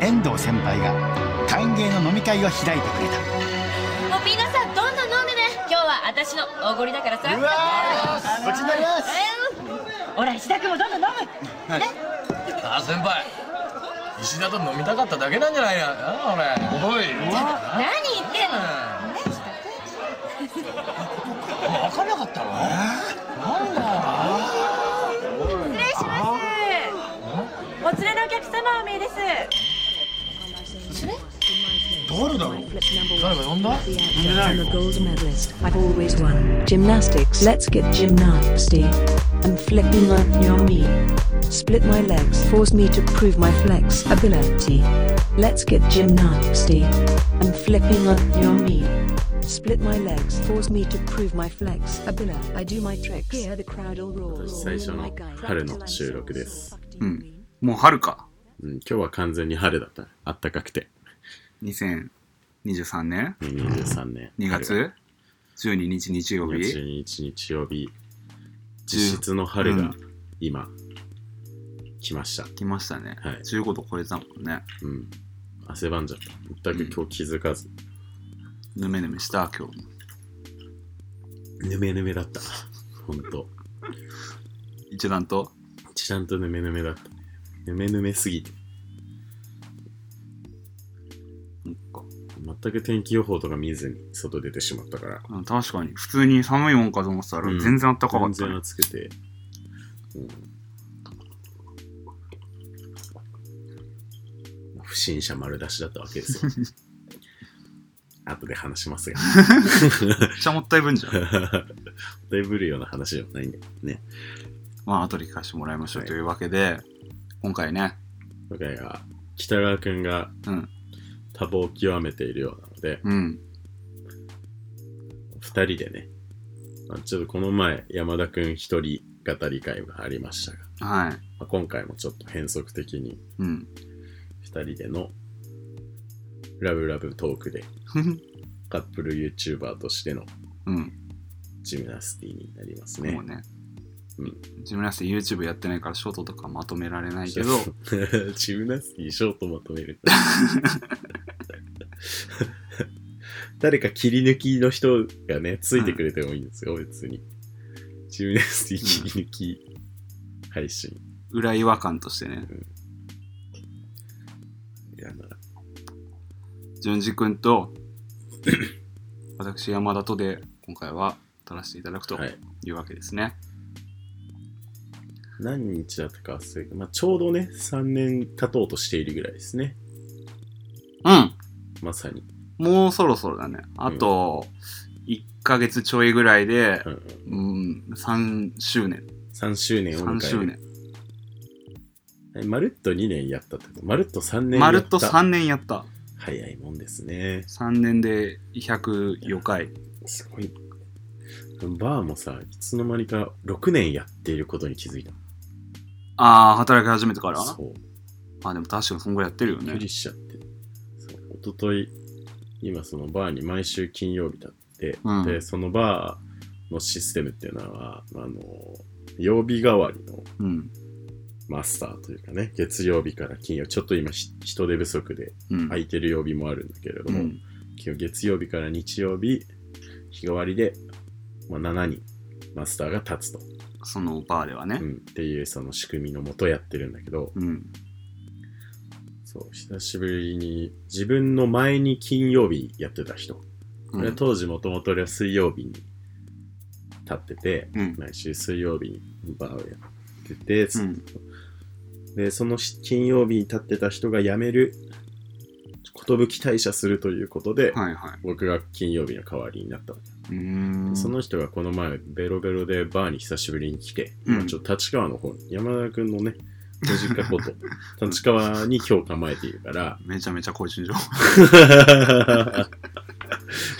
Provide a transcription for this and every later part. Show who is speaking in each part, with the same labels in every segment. Speaker 1: 遠藤先輩が歓迎の飲み会を開いてくれた
Speaker 2: もうみんなさどんどん飲んでね今日は私のおごりだからさ
Speaker 1: うわーごちそうになります
Speaker 2: うんほら石田君もどんどん飲むね
Speaker 3: ああ先輩石田と飲みたかっただけなんじゃないやな俺おい
Speaker 2: 何言ってんの
Speaker 3: 分かんなかったのなんだ
Speaker 2: 失礼しますお連れのお客様お見えです
Speaker 3: 誰だろう誰か呼んだ
Speaker 4: I'm a gold medalist. I've always won. Gymnastics. Let's get gymnastic. I'm flicking on your knee. Split my legs. Force me to prove my flexibility. Let's get gymnastic. I'm flipping on your knee. Split my legs. Force me to prove my flexibility. I do my tricks. Hear the crowd all roar.
Speaker 5: 最初の春の収録です。
Speaker 6: うん。もう春か。
Speaker 5: うん、今日は完全に春だったね。あったかくて。
Speaker 6: 2023年
Speaker 5: うん23年。
Speaker 6: 2
Speaker 5: 春
Speaker 6: 月12日日曜
Speaker 5: 2月
Speaker 6: 日。
Speaker 5: 12日曜日。実質の春
Speaker 6: う
Speaker 5: が
Speaker 6: ん
Speaker 5: 今、来ました。
Speaker 6: 来ましたね。
Speaker 5: はい
Speaker 6: 15度超えたもんね。
Speaker 5: うん。汗ばんじゃった。全く今日気づかず。
Speaker 6: ぬめぬめした、今日も。
Speaker 5: ぬめぬめだった。ほんと。
Speaker 6: 一段と。
Speaker 5: ちゃんとぬめぬめだったね。ぬめぬめすぎて。
Speaker 6: そっか
Speaker 5: 全く天気予報とか見ずに外出てしまったから。
Speaker 6: うん確かに。普通に寒いもんかと思ってたら、全然あったかか
Speaker 5: うん
Speaker 6: った
Speaker 5: 全
Speaker 6: ね、
Speaker 5: 然暑くて。うん不審者丸出しだったわけです よ。後で話しますが。
Speaker 6: めっちゃもったいぶんじゃん。
Speaker 5: だいぶるような話ではないんだけどね。
Speaker 6: まあ、後で聞かせてもらいましょう
Speaker 5: はい
Speaker 6: というわけで、今回ね、
Speaker 5: 今回は北川くんが
Speaker 6: うん、
Speaker 5: 多忙を極めているようなので、
Speaker 6: うん、
Speaker 5: 2人でね、まあちょっとこの前山田くん一人語り会がありましたが、
Speaker 6: はい、
Speaker 5: まあ今回もちょっと変則的に
Speaker 6: うん。
Speaker 5: 2人でのラブラブトークでカップル YouTuber としての
Speaker 6: うん、
Speaker 5: ジムナスティになりますね。
Speaker 6: もうね、
Speaker 5: うん
Speaker 6: 自分らして YouTube やってないからショートとかまとめられないけど、
Speaker 5: ジムナスティショートまとめ る。誰か切り抜きの人がね、ついてくれてもいいんですよ、別に。ジムナスティ切り抜き配信。
Speaker 6: 裏違和感としてね、
Speaker 5: いやな
Speaker 6: 淳二君と、 私山田とで、今回は撮らせていただくと
Speaker 5: はい
Speaker 6: いうわけですね。
Speaker 5: 何日だったか忘れたまあ、ちょうどね、3年経とうとしているぐらいですね。まさに。
Speaker 6: うん、もうそろそろだね。あと、1ヶ月ちょいぐらいで
Speaker 5: う、ん、
Speaker 6: うん、3周年、
Speaker 5: 3周年を迎え
Speaker 6: 3
Speaker 5: る。
Speaker 6: 周年。
Speaker 5: えまるっと2年やったってことまるっと3年や
Speaker 6: ま
Speaker 5: った
Speaker 6: るっと3年やった。
Speaker 5: 早いもんですね
Speaker 6: 3年で104回。
Speaker 5: すごいバーもさいつの間にか6年やっていることに気づいた
Speaker 6: ああ、働き始めてから
Speaker 5: そう
Speaker 6: まあでも確かにそんぐらいやってるよ
Speaker 5: びっく
Speaker 6: ね
Speaker 5: り。しちゃってそう一昨日今そのバーに毎週金曜日だって、
Speaker 6: うん
Speaker 5: でそのバーのシステムっていうのはあの曜日代わりの
Speaker 6: うん。
Speaker 5: マスターというかね月曜日から金曜ちょっと今ひ人手不足で
Speaker 6: うん。
Speaker 5: 空いてる曜日もあるんだけれど
Speaker 6: う
Speaker 5: も、
Speaker 6: ん。
Speaker 5: 今日月曜日から日曜日日替わりで、まあ、7人マスターが立つと、
Speaker 6: そのバーではね
Speaker 5: う。んっていうその仕組みのもとやってるんだけど
Speaker 6: うん。
Speaker 5: そう久しぶりに自分の前に金曜日やってた人、
Speaker 6: うん。
Speaker 5: で当時もともと俺は水曜日に立ってて、
Speaker 6: うん
Speaker 5: 毎週水曜日にバーをやってて、
Speaker 6: うん
Speaker 5: でそのし金曜日に立ってた人が辞める寿退社するということで、
Speaker 6: はいは
Speaker 5: 僕が金曜日の代わりになったわけ
Speaker 6: い。うーん。
Speaker 5: その人がこの前、ベロベロでバーに久しぶりに来て、
Speaker 6: うん
Speaker 5: 今ちょっと立川の方に、山田君のね、ご実家こと、 立川に今日構えているから、
Speaker 6: めちゃめちゃ個人情報。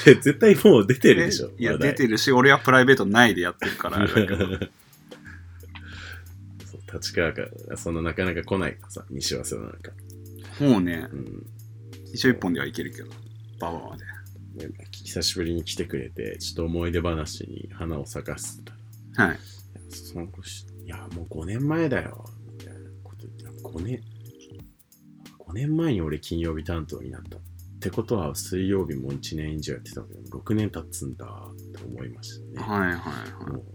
Speaker 5: え絶対もう出てるでしょ。
Speaker 6: いや、
Speaker 5: 話題
Speaker 6: 出てるし、俺はプライベートないでやってるか ら。あれだけど
Speaker 5: そう立川から、そのなかなか来ないからさ、西早稲田なんか。
Speaker 6: もうね、
Speaker 5: うん
Speaker 6: 一応一本ではいけるけど、バーまで。
Speaker 5: ね久しぶりに来てくれて、ちょっと思い出話に花を咲かせた
Speaker 6: はい。
Speaker 5: その子しいや、もう5年前だよ。みたいなこと言って、5年、5 5年前に俺金曜日担当になった。ってことは水曜日も1年以上やってたので、6年経つんだと思いましたね。
Speaker 6: はいはいはい。
Speaker 5: も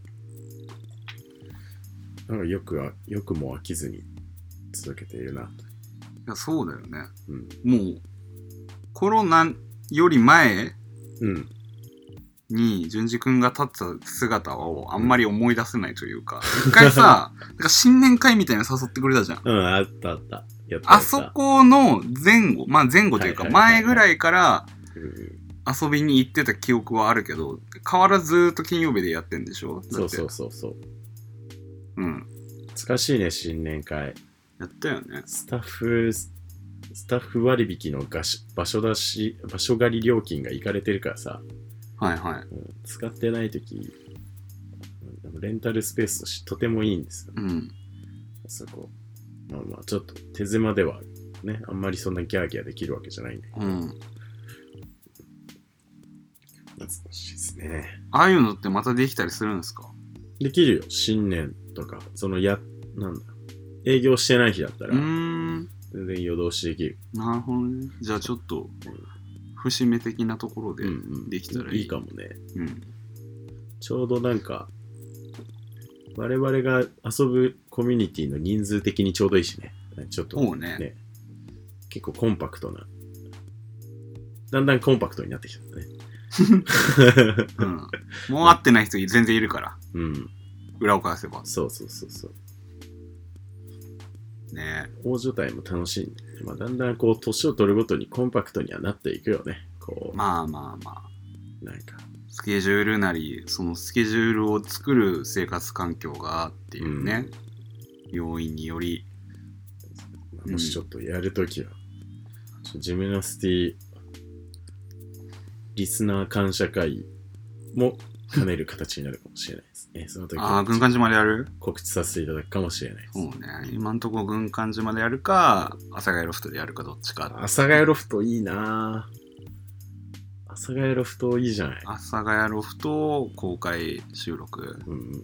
Speaker 5: うなんかよくは、よくも飽きずに続けているなと。
Speaker 6: いや、そうだよね。
Speaker 5: うん。
Speaker 6: もう、コロナより前
Speaker 5: うん。
Speaker 6: に淳二君が立った姿をあんまり思い出せないという か、一回さ、なんか新年会みたいなの誘ってくれたじゃん。
Speaker 5: うん、あったあった。やったやった
Speaker 6: あそこの前後、まあ前後というか
Speaker 5: はいはいはいは
Speaker 6: 前
Speaker 5: い
Speaker 6: ぐらいから
Speaker 5: うん
Speaker 6: 遊びに行ってた記憶はあるけど、変わらずずっと金曜日でやってんでしょだって
Speaker 5: そうそうそうそう。
Speaker 6: うん。
Speaker 5: 難しいね、新年会。
Speaker 6: やったよね。
Speaker 5: スタッフ、スタッフ割引のがし場所だし、場所借り料金がいかれてるからさ、
Speaker 6: はいはい。
Speaker 5: うん使ってないとき、うんレンタルスペースとしてとてもいいんですよ、
Speaker 6: うん。
Speaker 5: あそこ。まあまあ、ちょっと手狭ではある。ね、あんまりそんなギャーギャーできるわけじゃないんで。
Speaker 6: うん。
Speaker 5: 懐かしいですね。
Speaker 6: ああいうのってまたできたりするんですか
Speaker 5: できるよ、新年とか、そのや、なんだ、営業してない日だった
Speaker 6: う
Speaker 5: ら
Speaker 6: ー、ん。
Speaker 5: 全然夜通しできる。
Speaker 6: なるほどね。じゃあちょっと、節目的なところで
Speaker 5: うんうん。
Speaker 6: できたらいい。
Speaker 5: いいかもね。
Speaker 6: うん。
Speaker 5: ちょうどなんか、我々が遊ぶコミュニティの人数的にちょうどいいしね。ちょっと、
Speaker 6: そうね
Speaker 5: 結構コンパクトな。だんだんコンパクトになってきたね。
Speaker 6: うん。もう会ってない人全然いるから。
Speaker 5: うん。
Speaker 6: 裏を返せば。
Speaker 5: そうそうそうそう。
Speaker 6: ね
Speaker 5: 大所帯も楽しいんだよね。まあ、だんだんこう、年を取るごとにコンパクトにはなっていくよね。こう、
Speaker 6: まあまあまあ。
Speaker 5: なんか、
Speaker 6: スケジュールなり、そのスケジュールを作る生活環境がっていうね、要因により、
Speaker 5: まあ
Speaker 6: うん
Speaker 5: もしちょっとやるときは、ちょっとジムナスティリスナー感謝会も兼ねる形になるかもしれないですね。その時
Speaker 6: ああ、
Speaker 5: は
Speaker 6: 軍艦島でやる
Speaker 5: 告知させていただくかもしれないです。
Speaker 6: そうね。今んとこ軍艦島でやるか、阿佐ヶ谷ロフトでやるかどっち
Speaker 5: 阿
Speaker 6: か。
Speaker 5: 佐ヶ谷ロフトいいなぁ。阿佐ヶ谷ロフトいいじゃない。
Speaker 6: 阿佐ヶ谷ロフト公開収録。
Speaker 5: うんうんうん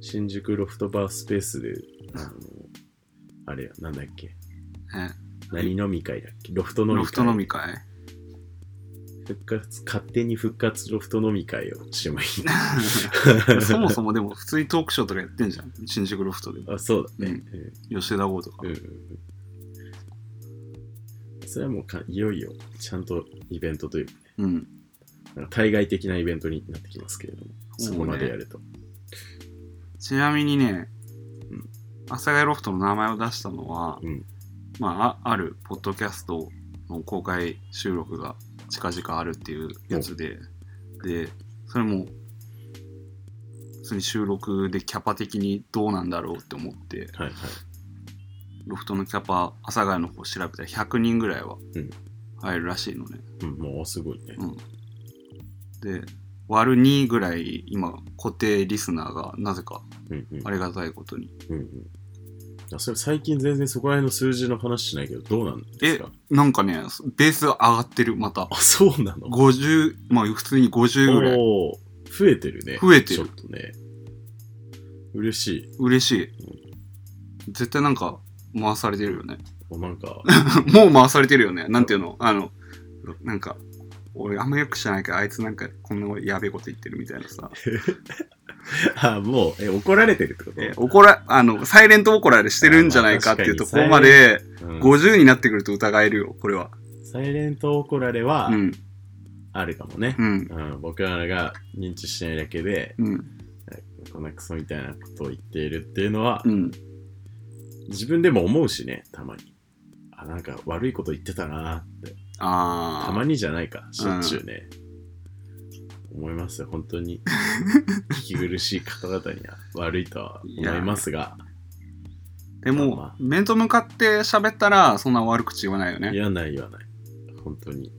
Speaker 5: 新宿ロフトバースペースで、あの、あれや、なんだっけ。
Speaker 6: ね、
Speaker 5: 何飲み会だっけロフト飲み会。
Speaker 6: ロフト飲み会
Speaker 5: 復活、勝手に復活ロフト飲み会をして もいいな。
Speaker 6: そもそもでも普通にトークショーとかやってんじゃん。新宿ロフトで。
Speaker 5: あ、そうだね。
Speaker 6: 吉田豪とか
Speaker 5: うん。。うんうんそれはもうか、いよいよ、ちゃんとイベントというか、
Speaker 6: うん。
Speaker 5: なんか対外的なイベントになってきますけれども、
Speaker 6: そう
Speaker 5: そ
Speaker 6: ね
Speaker 5: こまでやると。
Speaker 6: ちなみにね
Speaker 5: うん、
Speaker 6: 阿佐ヶ谷ロフトの名前を出したのは、
Speaker 5: うん
Speaker 6: まあ、ああるポッドキャストの公開収録が近々あるっていうやつで、で、それも、普通に収録でキャパ的にどうなんだろうって思って、
Speaker 5: はいはい。
Speaker 6: ロフトのキャパ、阿佐ヶ谷の方調べたら100人ぐらいは
Speaker 5: うん
Speaker 6: 入るらしいのね。
Speaker 5: うん、もうすごいね。
Speaker 6: で、割る2ぐらい今、固定リスナーがなぜか
Speaker 5: うんうん。
Speaker 6: ありがたいことに。
Speaker 5: うんうん。あそれ最近全然そこら辺の数字の話しないけど、どうなんですか
Speaker 6: なんかね、ベースが上がってる、また。
Speaker 5: あ、そうなの
Speaker 6: 50、まあ普通に50ぐらい。
Speaker 5: おー増えてるね。
Speaker 6: 増えてる
Speaker 5: ちょっとね。嬉しい。
Speaker 6: 嬉しい。絶対なんか回されてるよね。
Speaker 5: もうなんか、
Speaker 6: もう回されてるよね。なんていうのあの、なんか、俺あんまよく知らないけど、あいつなんかこんなやべえこと言ってるみたい なさ。
Speaker 5: あ、もう、え、怒られてるってこと
Speaker 6: え怒ら、あの、サイレント怒られしてるんじゃないかっていうところまで、
Speaker 5: うん
Speaker 6: 50になってくると疑えるよ、これは。
Speaker 5: サイレント怒られは
Speaker 6: う、ん、
Speaker 5: あるかもね
Speaker 6: う。ん、
Speaker 5: うん、僕らが認知しないだけで、
Speaker 6: うん、
Speaker 5: こんなクソみたいなことを言っているっていうのは
Speaker 6: う、ん。
Speaker 5: 自分でも思うしね、たまに。あ、なんか悪いこと言ってたなーって。
Speaker 6: あ
Speaker 5: た
Speaker 6: あ。
Speaker 5: まにじゃないか、しょっちゅうね。思いますよ、本当 に。聞き苦しい方々には悪いとは思いますが、
Speaker 6: で
Speaker 5: まあ
Speaker 6: も
Speaker 5: まあ、
Speaker 6: 面と向かって喋ったら、そんな悪口言わないよね。
Speaker 5: 言わない言わない。本当に。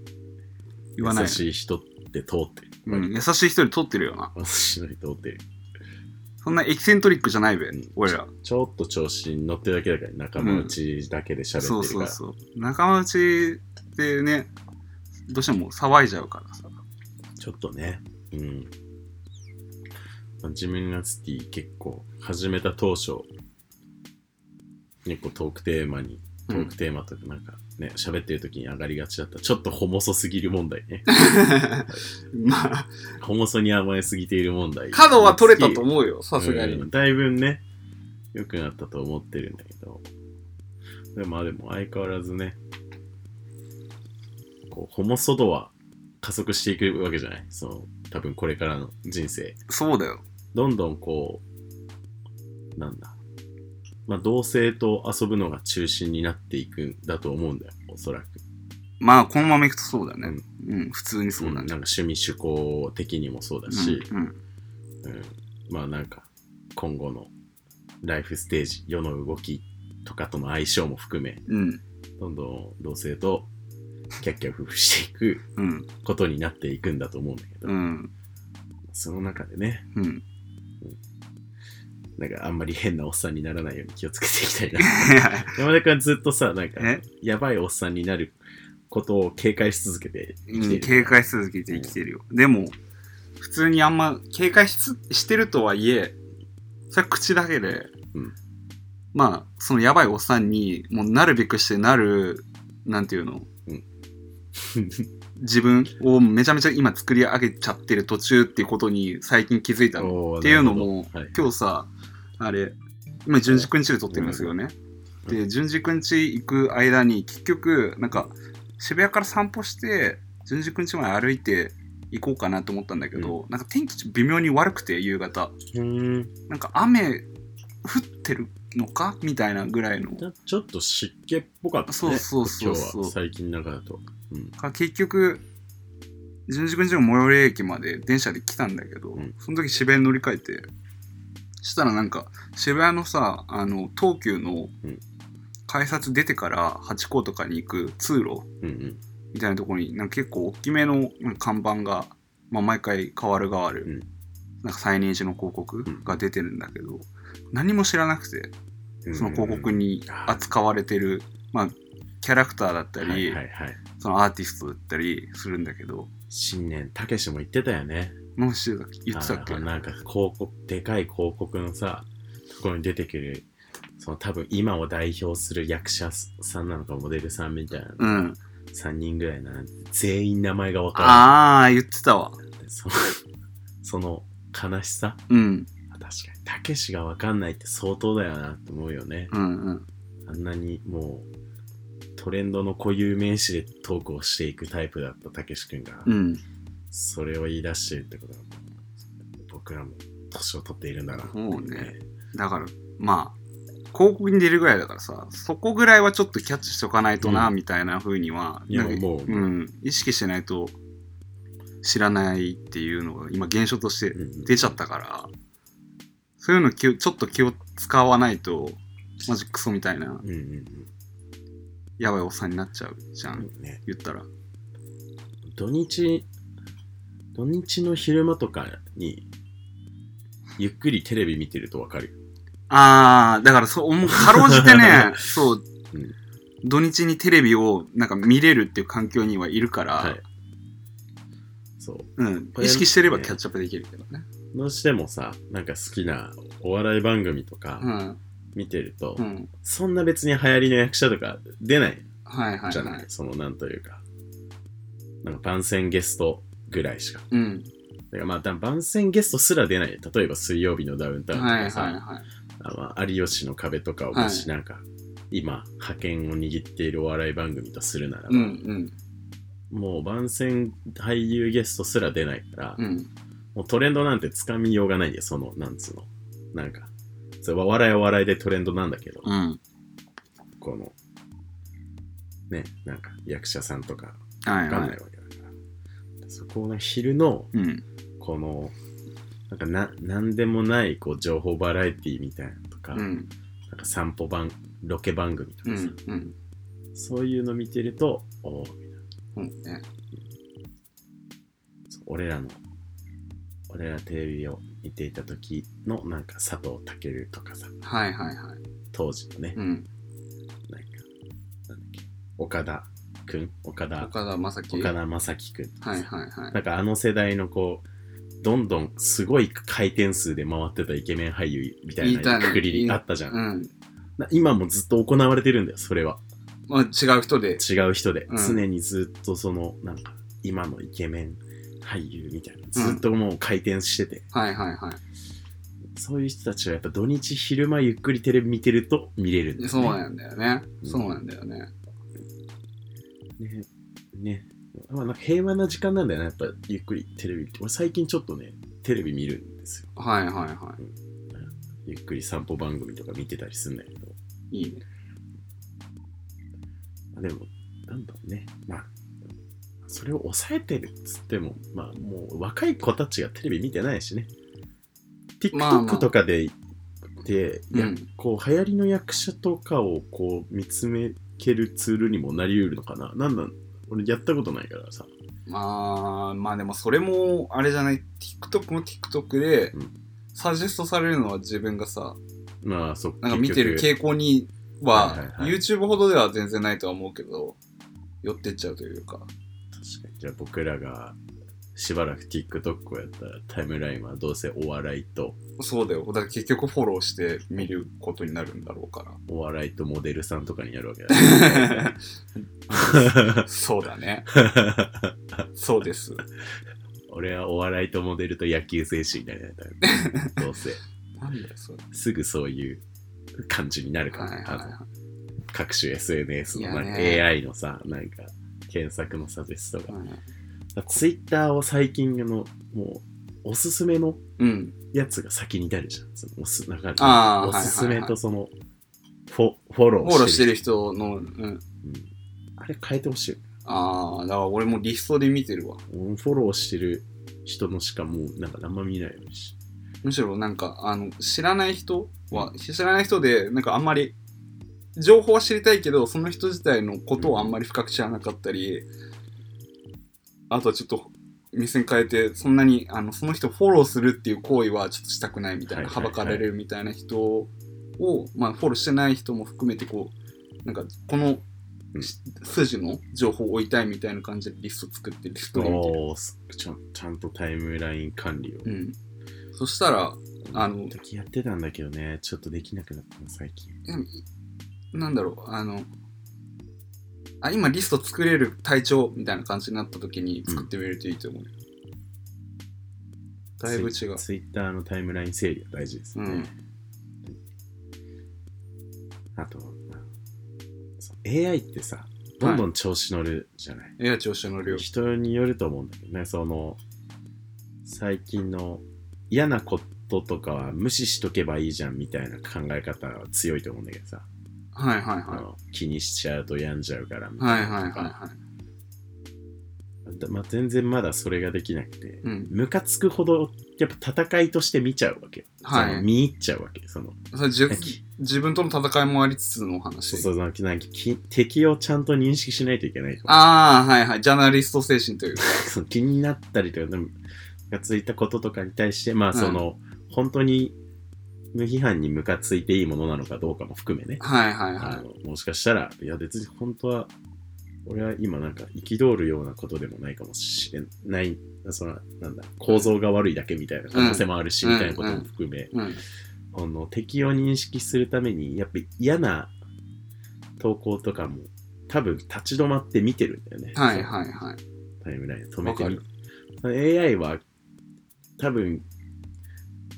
Speaker 6: 言わない
Speaker 5: 優。しい人って通ってる。
Speaker 6: うん、優しい人に通ってるよな。
Speaker 5: 優しい人通ってる。
Speaker 6: そんなエキセントリックじゃないべ、俺ら。
Speaker 5: ちょっと調子に乗ってるだけだから、仲間内だけで喋ってるから。
Speaker 6: そうそうそう。仲間内でね、どうしても騒いじゃうからさ。
Speaker 5: ちょっとね。うん。まあジムナスティ結構始めた当初、結構トークテーマに、トークテーマとかなんかね、喋、ってる時に上がりがちだった。ちょっとホモソすぎる問題ね。
Speaker 6: まあ、
Speaker 5: ホモソに甘えすぎている問題。
Speaker 6: 角は取れたと思うよ、さすがに
Speaker 5: う。んだいぶね、良くなったと思ってるんだけど。でもまあでも相変わらずね、こう、ホモソ度は加速していくわけじゃないその、多分これからの人生。
Speaker 6: そうだよ。
Speaker 5: どんどんこう、なんだ。まあ同性と遊ぶのが中心になっていくんだと思うんだよ、おそらく。
Speaker 6: まあ、このままいくとそうだね。うん、普通にそうだ
Speaker 5: んな
Speaker 6: ね。
Speaker 5: んか趣味趣向的にもそうだし、
Speaker 6: うん、
Speaker 5: うん、まあなんか今後のライフステージ世の動きとかとの相性も含め
Speaker 6: うん、
Speaker 5: どんどん同性とキャッキャ夫婦していく
Speaker 6: うん、
Speaker 5: ことになっていくんだと思うんだけど、
Speaker 6: うん、
Speaker 5: その中でね
Speaker 6: うん。
Speaker 5: なんかあんまり変なおっさんにならないように気をつけていきたいな 山田君はずっとさなんか
Speaker 6: え
Speaker 5: やばいおっさんになることを警戒し続けて生きて
Speaker 6: う
Speaker 5: い
Speaker 6: ん
Speaker 5: る、
Speaker 6: 警戒し続けて生きてるよ。でも、普通にあんま警戒しつしてるとはいえ、それは口だけで、
Speaker 5: うん
Speaker 6: まあ、そのやばいおっさんに、もうなるべくしてなる、なんていうの、
Speaker 5: うん
Speaker 6: 自分をめちゃめちゃ今作り上げちゃってる途中っていうことに最近気づいたの。
Speaker 5: おー
Speaker 6: っていうのも、
Speaker 5: なるほど
Speaker 6: 今日さ、あれ、今、順次くんちで撮ってるんですよね。
Speaker 5: うん
Speaker 6: で、順次くんち行く間に、結局、なんか、渋谷から散歩して、順次くんちまで歩いて行こうかなと思ったんだけど、なんか天気微妙に悪くて、夕方。
Speaker 5: はい、うん
Speaker 6: なんか雨降ってるのかみたいなぐらいの。
Speaker 5: ちょちょっと湿気っぽかったね
Speaker 6: そうそうそうそ
Speaker 5: 今
Speaker 6: う
Speaker 5: 日は最近の中だと、うん、
Speaker 6: か結局、順次くんちの最寄り駅まで電車で来たんだけど、
Speaker 5: うん
Speaker 6: その時渋谷に乗り換えて、したらなんか、渋谷のさ、あの、東急の
Speaker 5: うん
Speaker 6: 改札出てからハチ公とかに行く通路
Speaker 5: うんうん
Speaker 6: みたいなところに、なんか結構大きめのなんか看板が、まあ、毎回変わる変わる、
Speaker 5: うん
Speaker 6: なんか再認時の広告
Speaker 5: ん
Speaker 6: が出てるんだけど、何も知らなくて、その広告
Speaker 5: に
Speaker 6: に扱われてる、まあ、キャラクターだったり、
Speaker 5: はいはいはい、
Speaker 6: そのアーティストだったりするんだけど、
Speaker 5: 新年たけしも言ってたよね
Speaker 6: もうしてた言ってたっけ
Speaker 5: あのなんか広告でかい広告のさところに出てくるその多分今を代表する役者さんなのかモデルさんみたいな、
Speaker 6: うん。
Speaker 5: 3人ぐらいな全員名前が分か
Speaker 6: ああ、言ってたわ。
Speaker 5: るその その悲しさ
Speaker 6: うん。
Speaker 5: 確かにたけしが分かんないって相当だよなって思うよね、
Speaker 6: うんうん。
Speaker 5: あんなにもうトレンドの固有名詞でトークをしていくタイプだったたけし君が、
Speaker 6: うん。
Speaker 5: それを言い出してるってことはもう僕らも年を取っているんだな
Speaker 6: そうねだから、まあ、広告に出るぐらいだからさ、そこぐらいはちょっとキャッチしとかないとな、
Speaker 5: うん
Speaker 6: みたいな風には、
Speaker 5: いや
Speaker 6: なんか。
Speaker 5: もうん
Speaker 6: 意識しないと知らないっていうのが今現象として
Speaker 5: うん
Speaker 6: 出ちゃったから、そういうの気をちょっと気を使わないと、マジクソみたいな、
Speaker 5: うんうん
Speaker 6: やばいおっさんになっちゃうじゃ。
Speaker 5: うんんね
Speaker 6: 言ったら。
Speaker 5: 土日土日の昼間とかにゆっくりテレビ見てるとわかる
Speaker 6: ああ、だからそう、もうかろうじ てね、そう、
Speaker 5: うん
Speaker 6: 土日にテレビをなんか見れるっていう環境にはいるから、
Speaker 5: はいそう
Speaker 6: うん
Speaker 5: こ、れ
Speaker 6: 意識してれば
Speaker 5: ね
Speaker 6: キャッチアップできるけどね。
Speaker 5: どうしてもさなんか好きなお笑い番組と
Speaker 6: う
Speaker 5: か
Speaker 6: ん、
Speaker 5: 見てると、
Speaker 6: うん、
Speaker 5: そんな別に流行りの役者とか出ない
Speaker 6: はいはい
Speaker 5: じゃ
Speaker 6: は
Speaker 5: ない、
Speaker 6: い。
Speaker 5: そのなんというかなんか番宣ゲストぐらいしか
Speaker 6: うん、
Speaker 5: だからまあ、だ番宣ゲストすら出ない。例えば水曜日のダウンタウンと
Speaker 6: はいは
Speaker 5: か
Speaker 6: い
Speaker 5: さ、
Speaker 6: は
Speaker 5: あまあ有吉の壁とかをもしなんか、今、派遣を握っているお笑い番組とするなら
Speaker 6: い。う
Speaker 5: ば、
Speaker 6: ん、
Speaker 5: もう番宣俳優ゲストすら出ないから、
Speaker 6: うん、うん。
Speaker 5: もうトレンドなんてつかみようがないんだよ、その、なんつうの。なんか、それは笑いは笑いでトレンドなんだけど、
Speaker 6: うん、
Speaker 5: この、ね、なんか役者さんとか
Speaker 6: はい
Speaker 5: わかん
Speaker 6: は
Speaker 5: ない
Speaker 6: い。
Speaker 5: わけだから。そこの昼の、
Speaker 6: うん、
Speaker 5: このなんかな何でもないこう情報バラエティみたいなのとか,、
Speaker 6: うん、
Speaker 5: なんか散歩番ロケ番組と
Speaker 6: う
Speaker 5: かさ、
Speaker 6: ん、うん。
Speaker 5: そういうの見てるとおーみたいな
Speaker 6: うんね
Speaker 5: そう俺らの俺らテレビを見ていた時のなんか佐藤健とかさ
Speaker 6: はいはいはい。
Speaker 5: 当時のね、
Speaker 6: うん。
Speaker 5: なんかなんだっけ岡田くん岡田
Speaker 6: 岡田将生。
Speaker 5: 岡田将生くんとかさ、
Speaker 6: はいはいはい。
Speaker 5: なんかあの世代のこうどんどんすごい回転数で回ってたイケメン俳優みたい
Speaker 6: いた
Speaker 5: な
Speaker 6: ね
Speaker 5: くくりあったじゃん
Speaker 6: うん、
Speaker 5: な今もずっと行われてるんだよ、それは。
Speaker 6: まあ、違う人で。
Speaker 5: 違う人で。
Speaker 6: うん
Speaker 5: 常にずっとその、なんか、今のイケメン俳優みたいな。ずっともう回転してて。
Speaker 6: はいはいは
Speaker 5: そういう人たちはやっぱ土日昼間ゆっくりテレビ見てると見れるんだ
Speaker 6: い。
Speaker 5: よ
Speaker 6: そう
Speaker 5: ね。
Speaker 6: なんだよね。
Speaker 5: うん
Speaker 6: そうなんだよね。
Speaker 5: ね。ね。まあ、なんか平和な時間なんだよね。やっぱゆっくりテレビ見て。俺最近ちょっとね、テレビ見るんですよ。
Speaker 6: はいはいは
Speaker 5: ゆっくり散歩番組とか見てたりするんだけど。
Speaker 6: い。いいね。
Speaker 5: でも、なんだろうね。まあ、それを抑えてるっつっても、まあ、もう若い子たちがテレビ見てないしね。
Speaker 6: まあまあ
Speaker 5: TikTok とかで、で、や
Speaker 6: うん
Speaker 5: こう、流行りの役者とかをこう、見つめけるツールにもなり得るのかな。なんなん俺やったことないからさ。
Speaker 6: まあ、まあでもそれも、あれじゃない、TikTok も TikTok で
Speaker 5: うん、
Speaker 6: サジェストされるのは自分がさ、
Speaker 5: まあ、そっ
Speaker 6: なんか見てる
Speaker 5: 結局
Speaker 6: 傾向には、
Speaker 5: はいはいはい
Speaker 6: YouTube ほどでは全然ないとは思うけど、寄ってっちゃうというか。
Speaker 5: 確かに。じゃあ僕らが、しばらく TikTok をやったらタイムラインはどうせお笑いと、
Speaker 6: そうだよ。だから結局フォローして見ることになるんだろ うか
Speaker 5: お笑いとモデルさんとかにやるわけだ。
Speaker 6: ら。そうだね。そうです。
Speaker 5: 俺はお笑いとモデルと野球選手になりたい。どうせ。
Speaker 6: なんだよ、それ。
Speaker 5: すぐそういう感じになるか
Speaker 6: はい
Speaker 5: ら、
Speaker 6: はい
Speaker 5: あの
Speaker 6: は
Speaker 5: 各種 SNS のなんか
Speaker 6: いや
Speaker 5: AI のさ、なんか検索のサジェスト
Speaker 6: い
Speaker 5: が。
Speaker 6: はい。
Speaker 5: ツイッターを最近あの、もう、おすすめの
Speaker 6: うん。
Speaker 5: やつが先に出るじゃん。そのおすなんか
Speaker 6: ああ、
Speaker 5: おすす
Speaker 6: はい
Speaker 5: め
Speaker 6: はいは
Speaker 5: と
Speaker 6: い
Speaker 5: その、フォフォロ
Speaker 6: フォロー
Speaker 5: ー
Speaker 6: してる
Speaker 5: 人。
Speaker 6: 人の、う
Speaker 5: う
Speaker 6: ん。
Speaker 5: んあれ変えてほしい。
Speaker 6: ああ、だから俺もリストで見てるわ。
Speaker 5: うんフォローしてる人のしかもう、なんかあんま見ないようにし。
Speaker 6: むしろなんか、あの、知らない人は、知らない人で、なんかあんまり、情報は知りたいけど、その人自体のことをあんまり深く知らなかったり、あとはちょっと、目線変えて、そんなに、あの、その人をフォローするっていう行為はちょっとしたくないみた
Speaker 5: は
Speaker 6: いな、
Speaker 5: いはい
Speaker 6: は
Speaker 5: は
Speaker 6: ば
Speaker 5: い
Speaker 6: かられるみたいな人を、まあ、フォローしてない人も含めて、こう、なんか、この
Speaker 5: うん、
Speaker 6: 筋の情報を追いたいみたいな感じでリスト作ってリストで見てる。
Speaker 5: おーすちゃんちゃんとタイムライン管理を。
Speaker 6: うん。そしたら、あの
Speaker 5: 時やってたんだけどね、ちょっとできなくなったの、最近。
Speaker 6: でもいなんだろう、あの、あ、今リスト作れる体調みたいな感じになった時に作ってみるといいと思うよ。だいぶ違う。
Speaker 5: ツイッターのタイムライン整理は大事です
Speaker 6: う
Speaker 5: ね。
Speaker 6: ん。
Speaker 5: あと、そう AI ってさ、どんどん調子乗るじゃない。
Speaker 6: いや、調子乗るよ。
Speaker 5: 人によると思うんだけどね、その、最近の嫌なこととかは無視しとけばいいじゃんみたいな考え方は強いと思うんだけどさ、
Speaker 6: はいはい
Speaker 5: あ
Speaker 6: は
Speaker 5: の気にしちゃうと病んじゃうからみ
Speaker 6: い。は
Speaker 5: た
Speaker 6: い
Speaker 5: い
Speaker 6: はい
Speaker 5: な
Speaker 6: は
Speaker 5: の
Speaker 6: い
Speaker 5: とか
Speaker 6: はい。
Speaker 5: まあ、全然まだそれができなくて、
Speaker 6: うん
Speaker 5: ムカつくほどやっぱ戦いとして見ちゃうわけよ、
Speaker 6: はい
Speaker 5: その見入っちゃうわけその
Speaker 6: それじゅ
Speaker 5: 敵
Speaker 6: 自分との戦いもありつつのお話。
Speaker 5: そうそうなんかなんかき敵をちゃんと認識しないといけないとか
Speaker 6: ああ、はいはい。ジャーナリスト精神というか。
Speaker 5: その気になったりとかでもムカついたこととかに対してまあその、本当に無批判にムカついていいものなのかどうかも含めね、
Speaker 6: はいはい
Speaker 5: あ
Speaker 6: は
Speaker 5: のもしかしたらいや別に本当は俺は今なんか憤るようなことでもないかもしれないそのなんだ構造が悪いだけみたいな可能性もあるし、
Speaker 6: うん
Speaker 5: みたいなことも含め、
Speaker 6: い。うん。
Speaker 5: この敵を認識するためにやっぱ嫌な投稿とかも多分立ち止まって見てるんだよね。
Speaker 6: はいはいはい。
Speaker 5: タイムライン止めて
Speaker 6: わか
Speaker 5: み AI は多分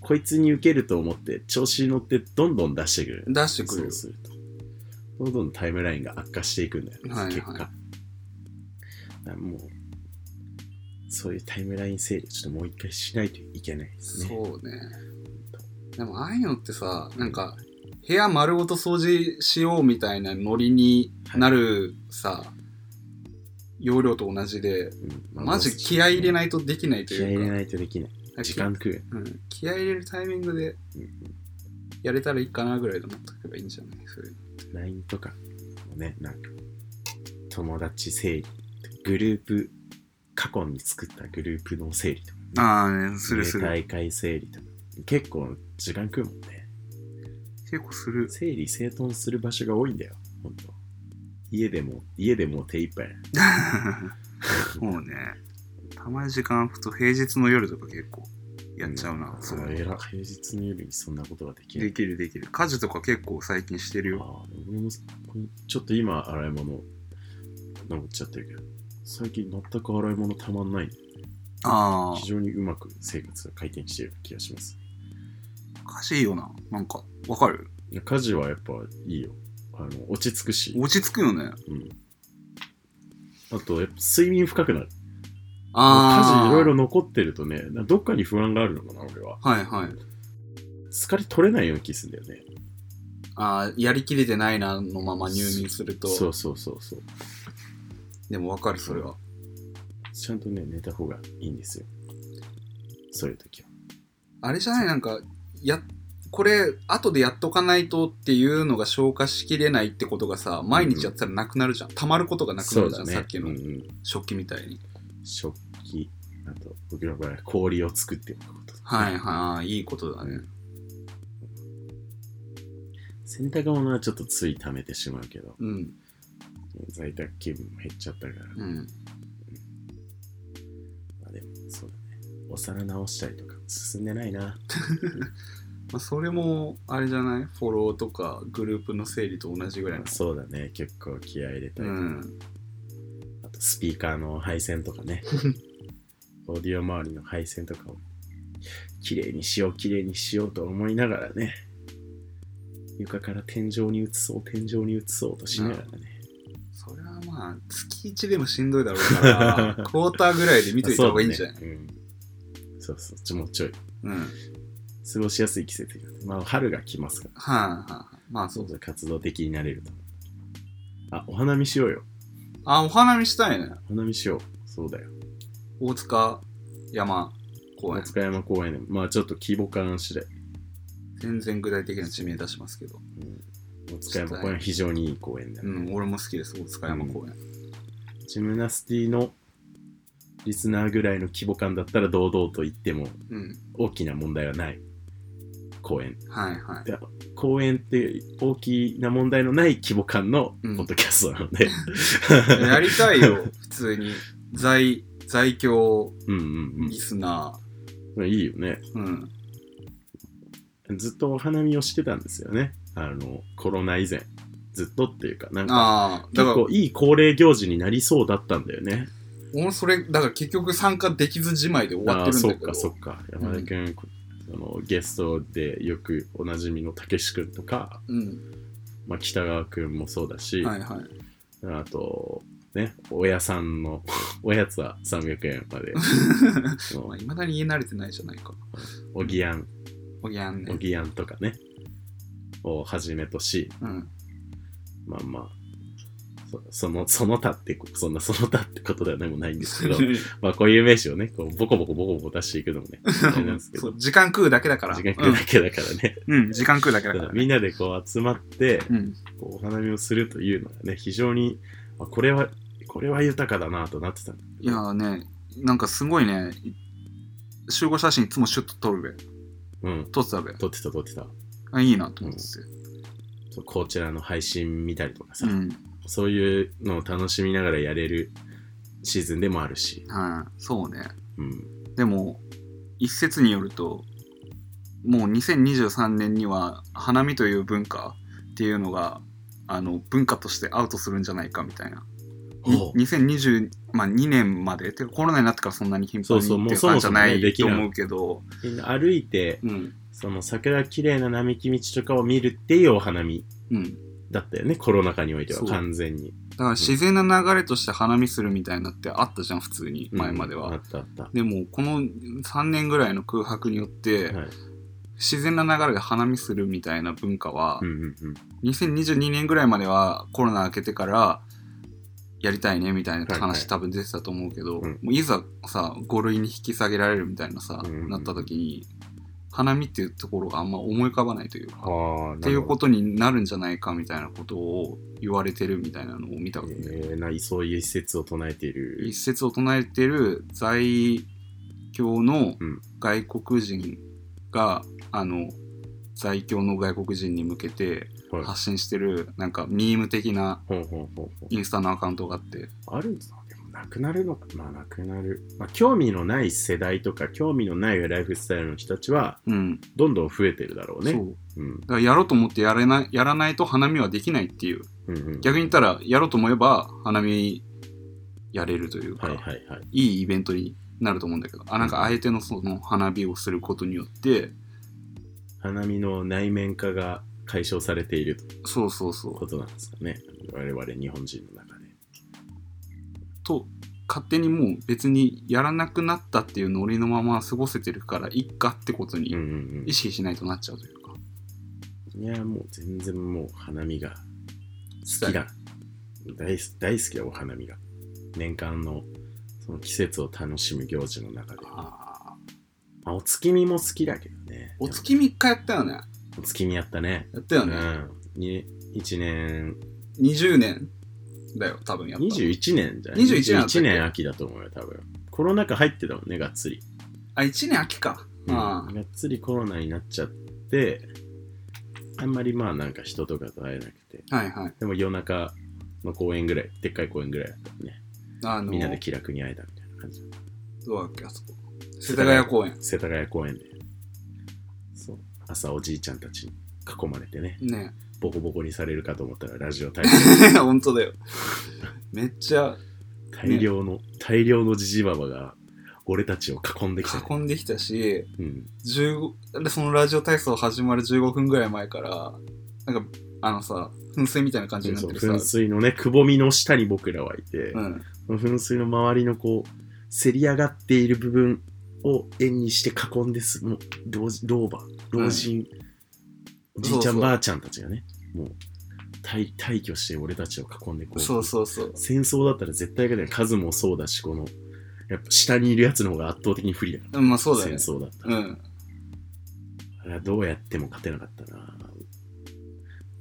Speaker 5: こいつに受けると思って調子に乗ってどんどん出してくる。
Speaker 6: 出してく
Speaker 5: そ
Speaker 6: る
Speaker 5: うすると。どんどんタイムラインが悪化していくんだよね、
Speaker 6: はいはい
Speaker 5: 結果。だからもう、そういうタイムライン整理をちょっともう一回しないといけないですね。
Speaker 6: そうね。でもああいうのってさ、なんか部屋丸ごと掃除しようみたいなノリになるさ、容量と同じで、
Speaker 5: うんまあ
Speaker 6: マジ気合い入れないとできないと
Speaker 5: 気合い
Speaker 6: いう
Speaker 5: 入れ
Speaker 6: か、
Speaker 5: ないとできない。時間食う。
Speaker 6: うん、気合い入れるタイミングでやれたらいいかなぐらいで思っておけばいいんじゃないそういう
Speaker 5: LINE とかもね、なんか、友達整理、グループ、過去に作ったグループの整理とか、
Speaker 6: ああね、するする。
Speaker 5: 大会整理とか、結構時間食うもんね。
Speaker 6: 結構する。
Speaker 5: 整理整頓する場所が多いんだよ、ほんと。家でも、家でも手一杯。
Speaker 6: もうね、たまに時間空くと平日の夜とか結構やっちゃうな、
Speaker 5: そ
Speaker 6: そ
Speaker 5: うう
Speaker 6: いう
Speaker 5: 平
Speaker 6: の
Speaker 5: 日の夜にそんなことができる
Speaker 6: できるできる家事とか結構最近してるよ
Speaker 5: ああ、俺もちょっと今洗い物残っちゃってるけど、最近全く洗い物たまんない。
Speaker 6: ああ
Speaker 5: 非常にうまく生活が回転してる気がします。
Speaker 6: おかしいよななんかわかる
Speaker 5: いや家事はやっぱいいよ。あの落ち着くし、
Speaker 6: 落ち着くよね
Speaker 5: うん、あとやっぱ睡眠深くなる。
Speaker 6: ああ
Speaker 5: 家事いろいろ残ってるとね、などっかに不安があるのかな、俺は。
Speaker 6: はいはい
Speaker 5: 疲れ取れないような気するんだよね。
Speaker 6: ああやりきれてないなのまま入眠すると
Speaker 5: そうそうそうそう。
Speaker 6: でもわかるそれは
Speaker 5: ちゃんとね、寝た方がいいんですよ。そういう時は。
Speaker 6: あれじゃないなんかやこれ後でやっとかないとっていうのが消化しきれないってことがさ毎日やってたらなくなるじゃん、溜まることがなくな
Speaker 5: そう
Speaker 6: るじゃ
Speaker 5: だ
Speaker 6: ん、
Speaker 5: ね。
Speaker 6: さっきの
Speaker 5: うんうん
Speaker 6: 食器みたいに
Speaker 5: 食器、あと僕の場合は氷を作っておくこと。
Speaker 6: はいはいいいことだね
Speaker 5: 洗濯物はちょっとつい溜めてしまうけど、
Speaker 6: うん
Speaker 5: 在宅勤務も減っちゃったから、
Speaker 6: うん
Speaker 5: まあでもそうだね。お皿直したりとか進んでないな。
Speaker 6: まあ、それもあれじゃないフォローとかグループの整理と同じぐらいの
Speaker 5: そうだね。結構気合い入れたりとか、
Speaker 6: うん
Speaker 5: あとスピーカーの配線とか ね。オーディオ周りの配線とかを綺麗にしよう、綺麗にしようと思いながらね。床から天井に移そう、天井に移そうとしながらね。
Speaker 6: それはまあ月1でもしんどいだろう からクォーターぐらいで見といた方がいいんじゃない
Speaker 5: そう,、うん、そうそうちょもうちょい
Speaker 6: うんはい、
Speaker 5: 過ごしやすい季節になってまあ春が来ますから
Speaker 6: はい、まあそう
Speaker 5: そう活動的になれると思うあお花見しようよ
Speaker 6: あお花見したいね
Speaker 5: お花見しようそうだよ
Speaker 6: 大塚山公
Speaker 5: 大
Speaker 6: 園
Speaker 5: 塚山公園でまあちょっと規模感次第、
Speaker 6: 全然具体的な地名出しますけど、
Speaker 5: うん、大塚山公園は非常にいい公園だよ
Speaker 6: う
Speaker 5: ね、
Speaker 6: ん、俺も好きです大塚山公園、
Speaker 5: ジムナスティのリスナーぐらいの規模感だったら堂々と言っても
Speaker 6: うん
Speaker 5: 大きな問題はない公園
Speaker 6: はいはい
Speaker 5: 公園って大きな問題のない規模感のポッドキャストなので、
Speaker 6: やりたいよ 普通に在在京
Speaker 5: うんうん
Speaker 6: リスナ
Speaker 5: うん。いいよね。
Speaker 6: ーうん
Speaker 5: ずっとお花見をしてたんですよね。あの、コロナ以前。ずっとっていうか、なんか、
Speaker 6: ああだ
Speaker 5: 結
Speaker 6: から
Speaker 5: 構いい恒例行事になりそうだったんだよね。
Speaker 6: 俺それだから結局参加できずじまいで終わっ
Speaker 5: ああ、
Speaker 6: てるんだ
Speaker 5: そ
Speaker 6: け
Speaker 5: っ
Speaker 6: ど
Speaker 5: かそっか。山田くん、そのゲストでよくおなじみのたけしくんとか、
Speaker 6: うん
Speaker 5: まあ、北川くんもそうだし、
Speaker 6: はい はい
Speaker 5: あと、ね、親さんの、 おやつは300円まで。その
Speaker 6: いまあ、未だに家慣れてないじゃないか
Speaker 5: おぎやん、
Speaker 6: おぎゃん
Speaker 5: お
Speaker 6: ね
Speaker 5: ぎやんとかね、をはじめとし、
Speaker 6: うん
Speaker 5: まあまあ、そその、その他って、そんなその他ってことではでもないんですけ ど、まあこういう名詞をね、こうボコボコボコボコ出していくのもね、あれなんですけ
Speaker 6: そ
Speaker 5: ど、
Speaker 6: う時間食うだけだから
Speaker 5: 時間食うだけだからね、
Speaker 6: うん、うん時間食うだけだか
Speaker 5: た
Speaker 6: ら、
Speaker 5: だみんなでこう集まって、
Speaker 6: うん
Speaker 5: こうお花見をするというのはね、非常に、あこれは、これは豊かだなとなってたんだけ
Speaker 6: いや
Speaker 5: ど。
Speaker 6: ーね、なんかすごいね、い集合写真いつもシュッと撮るべ。
Speaker 5: うん。
Speaker 6: 撮ってたべ。
Speaker 5: 撮ってた撮ってた。
Speaker 6: あ、いいなと思ってて。
Speaker 5: そうこちらの配信見たりとかさ、
Speaker 6: うん。
Speaker 5: そういうのを楽しみながらやれるシーズンでもあるし、
Speaker 6: はい、そうね。
Speaker 5: うん。
Speaker 6: でも、一説によると、もう2023年には花見という文化っていうのが、あの、文化としてアウトするんじゃないかみたいな。
Speaker 5: ほう
Speaker 6: 2022、まあ、2年まで、てかコロナになってからそんなに頻繁に
Speaker 5: そうそう
Speaker 6: っていう
Speaker 5: も
Speaker 6: 感
Speaker 5: うそ
Speaker 6: じじゃ
Speaker 5: もそも
Speaker 6: な
Speaker 5: ね
Speaker 6: い
Speaker 5: でき
Speaker 6: と
Speaker 5: ない
Speaker 6: 思うけど、
Speaker 5: みんな歩いて、
Speaker 6: うん、
Speaker 5: その桜綺麗な並木道とかを見るっていうお花見
Speaker 6: うん。
Speaker 5: だったよね、コロナ禍においては
Speaker 6: そう
Speaker 5: 完全に。
Speaker 6: だから自然な流れとして花見するみたいなってあったじゃん、普通に、前までは。
Speaker 5: うんあったあった。
Speaker 6: でもこの3年ぐらいの空白によって、
Speaker 5: はい
Speaker 6: 自然な流れで花見するみたいな文化は
Speaker 5: う、んうんうん。
Speaker 6: 2022年ぐらいまではコロナ明けてからやりたいねみたいな
Speaker 5: はいはい
Speaker 6: 話多分出てたと思うけど、
Speaker 5: うん
Speaker 6: もういざさ5類に引き下げられるみたいなさ、
Speaker 5: うんうんうん
Speaker 6: なった時に花見っていうところがあんま思い浮かばないというか。
Speaker 5: ああ、。
Speaker 6: っていうこととになるんじゃないかみたいなことを言われてるみたいなのを見たわけ、
Speaker 5: えー、なそういう施設を唱えている
Speaker 6: 一。説を唱えてる在京の
Speaker 5: うん
Speaker 6: 外国人が、あの在京の外国人に向けて
Speaker 5: はい
Speaker 6: 発信してるなんかミーム的な
Speaker 5: ほんほんほんほん
Speaker 6: インスタのアカウントがあって
Speaker 5: あるんだ。でもななくなるのか、まあなくなる。まあ興味のない世代とか、興味のないライフスタイルの人たちは、
Speaker 6: うん。
Speaker 5: どんどん増えてるだろうね。
Speaker 6: そうう。
Speaker 5: ん。
Speaker 6: だからやろうと思ってやれない、やらないと花見はできないっていう。
Speaker 5: うんうん、
Speaker 6: 逆に言ったら、やろうと思えば花見やれるというか、
Speaker 5: はい
Speaker 6: い
Speaker 5: はいはい。
Speaker 6: い、イベントになると思うんだけど、あ、なんか相手のその花火をすることによって、
Speaker 5: 花見の内面化が解消されている
Speaker 6: そうそうそう。
Speaker 5: ことなんですかね。我々日本人の中で。
Speaker 6: と勝手にもう別にやらなくなったっていうノリのまま過ごせてるからいっかってこと
Speaker 5: うん
Speaker 6: に
Speaker 5: うん
Speaker 6: 意識しないとなっちゃうというか、
Speaker 5: うん。いや、もう全然もう花見が好きだ。大好大好きだ、お花見が。年間のその季節を楽しむ行事の中で。
Speaker 6: あ
Speaker 5: まあ、お月見も好きだけどね。
Speaker 6: お月見一回やったよね
Speaker 5: お月見やったね。
Speaker 6: やったよ
Speaker 5: う
Speaker 6: ね、
Speaker 5: ん。に1年、
Speaker 6: 20年だよ多分やった
Speaker 5: 21年じゃん。
Speaker 6: 21年だったっけ
Speaker 5: 21年秋だと思うよ、多分。コロナ禍入ってたもんね、がっつり。
Speaker 6: あ1年秋か、
Speaker 5: うん
Speaker 6: あ
Speaker 5: がっつりコロナになっちゃって、あんまりまあなんか人とかと会えなくて。
Speaker 6: あはいはい
Speaker 5: でも夜中の公園ぐらい、でっかい公園ぐらいだったね。
Speaker 6: あの
Speaker 5: みんなで気楽に会えたみたいな感じだっ
Speaker 6: どうだっけあそこ世田谷公園
Speaker 5: た。世田谷公園で。そう。朝おじいちゃんたちに囲まれてね、
Speaker 6: ね
Speaker 5: ボコボコにされるかと思ったらラジオ体操。
Speaker 6: え 本当だよめっちゃ
Speaker 5: 大量の、大量のジジババが俺たちを囲んできた、
Speaker 6: 囲んできたし
Speaker 5: うん、
Speaker 6: 15でそのラジオ体操始まる15分ぐらい前からなんかあのさ噴水みたいな感じになっ
Speaker 5: そう
Speaker 6: てる
Speaker 5: 噴
Speaker 6: さ
Speaker 5: 水のねくぼみの下に僕らはいて、
Speaker 6: うん、
Speaker 5: その噴水の周りのこうせり上がっている部分を円にして囲んですもう老老婆老人、
Speaker 6: ん
Speaker 5: じいち
Speaker 6: そ
Speaker 5: ゃ
Speaker 6: うんそう
Speaker 5: ばあちゃんたちがねもう退退去して俺たちを囲んでこう
Speaker 6: そうそうそう
Speaker 5: 戦争だったら絶対勝てない数もそうだしこのやっぱ下にいるやつの方が圧倒的に不利だから
Speaker 6: うんまあそうだよね
Speaker 5: 戦争だったら
Speaker 6: うん
Speaker 5: あれはどうやっても勝てなかったな。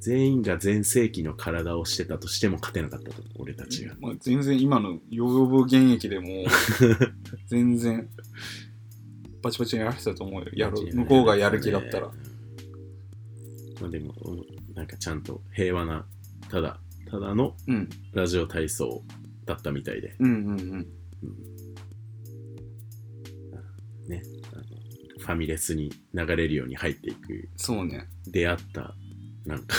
Speaker 5: 全員が全盛期の体をしてたとしても勝てなかったと思う、俺たちが。
Speaker 6: まあ、全然今のヨボヨボ現役 でも全然バチバチにやらせてたと思うよやる向こうがやる気だったら、
Speaker 5: まあでも、なんかちゃんと平和な、ただ、ただの
Speaker 6: うん、
Speaker 5: ラジオ体操だったみたいで、
Speaker 6: うんうんうん
Speaker 5: ね、あのファミレスに流れるように入っていく、
Speaker 6: そうね
Speaker 5: 出会った、なんか、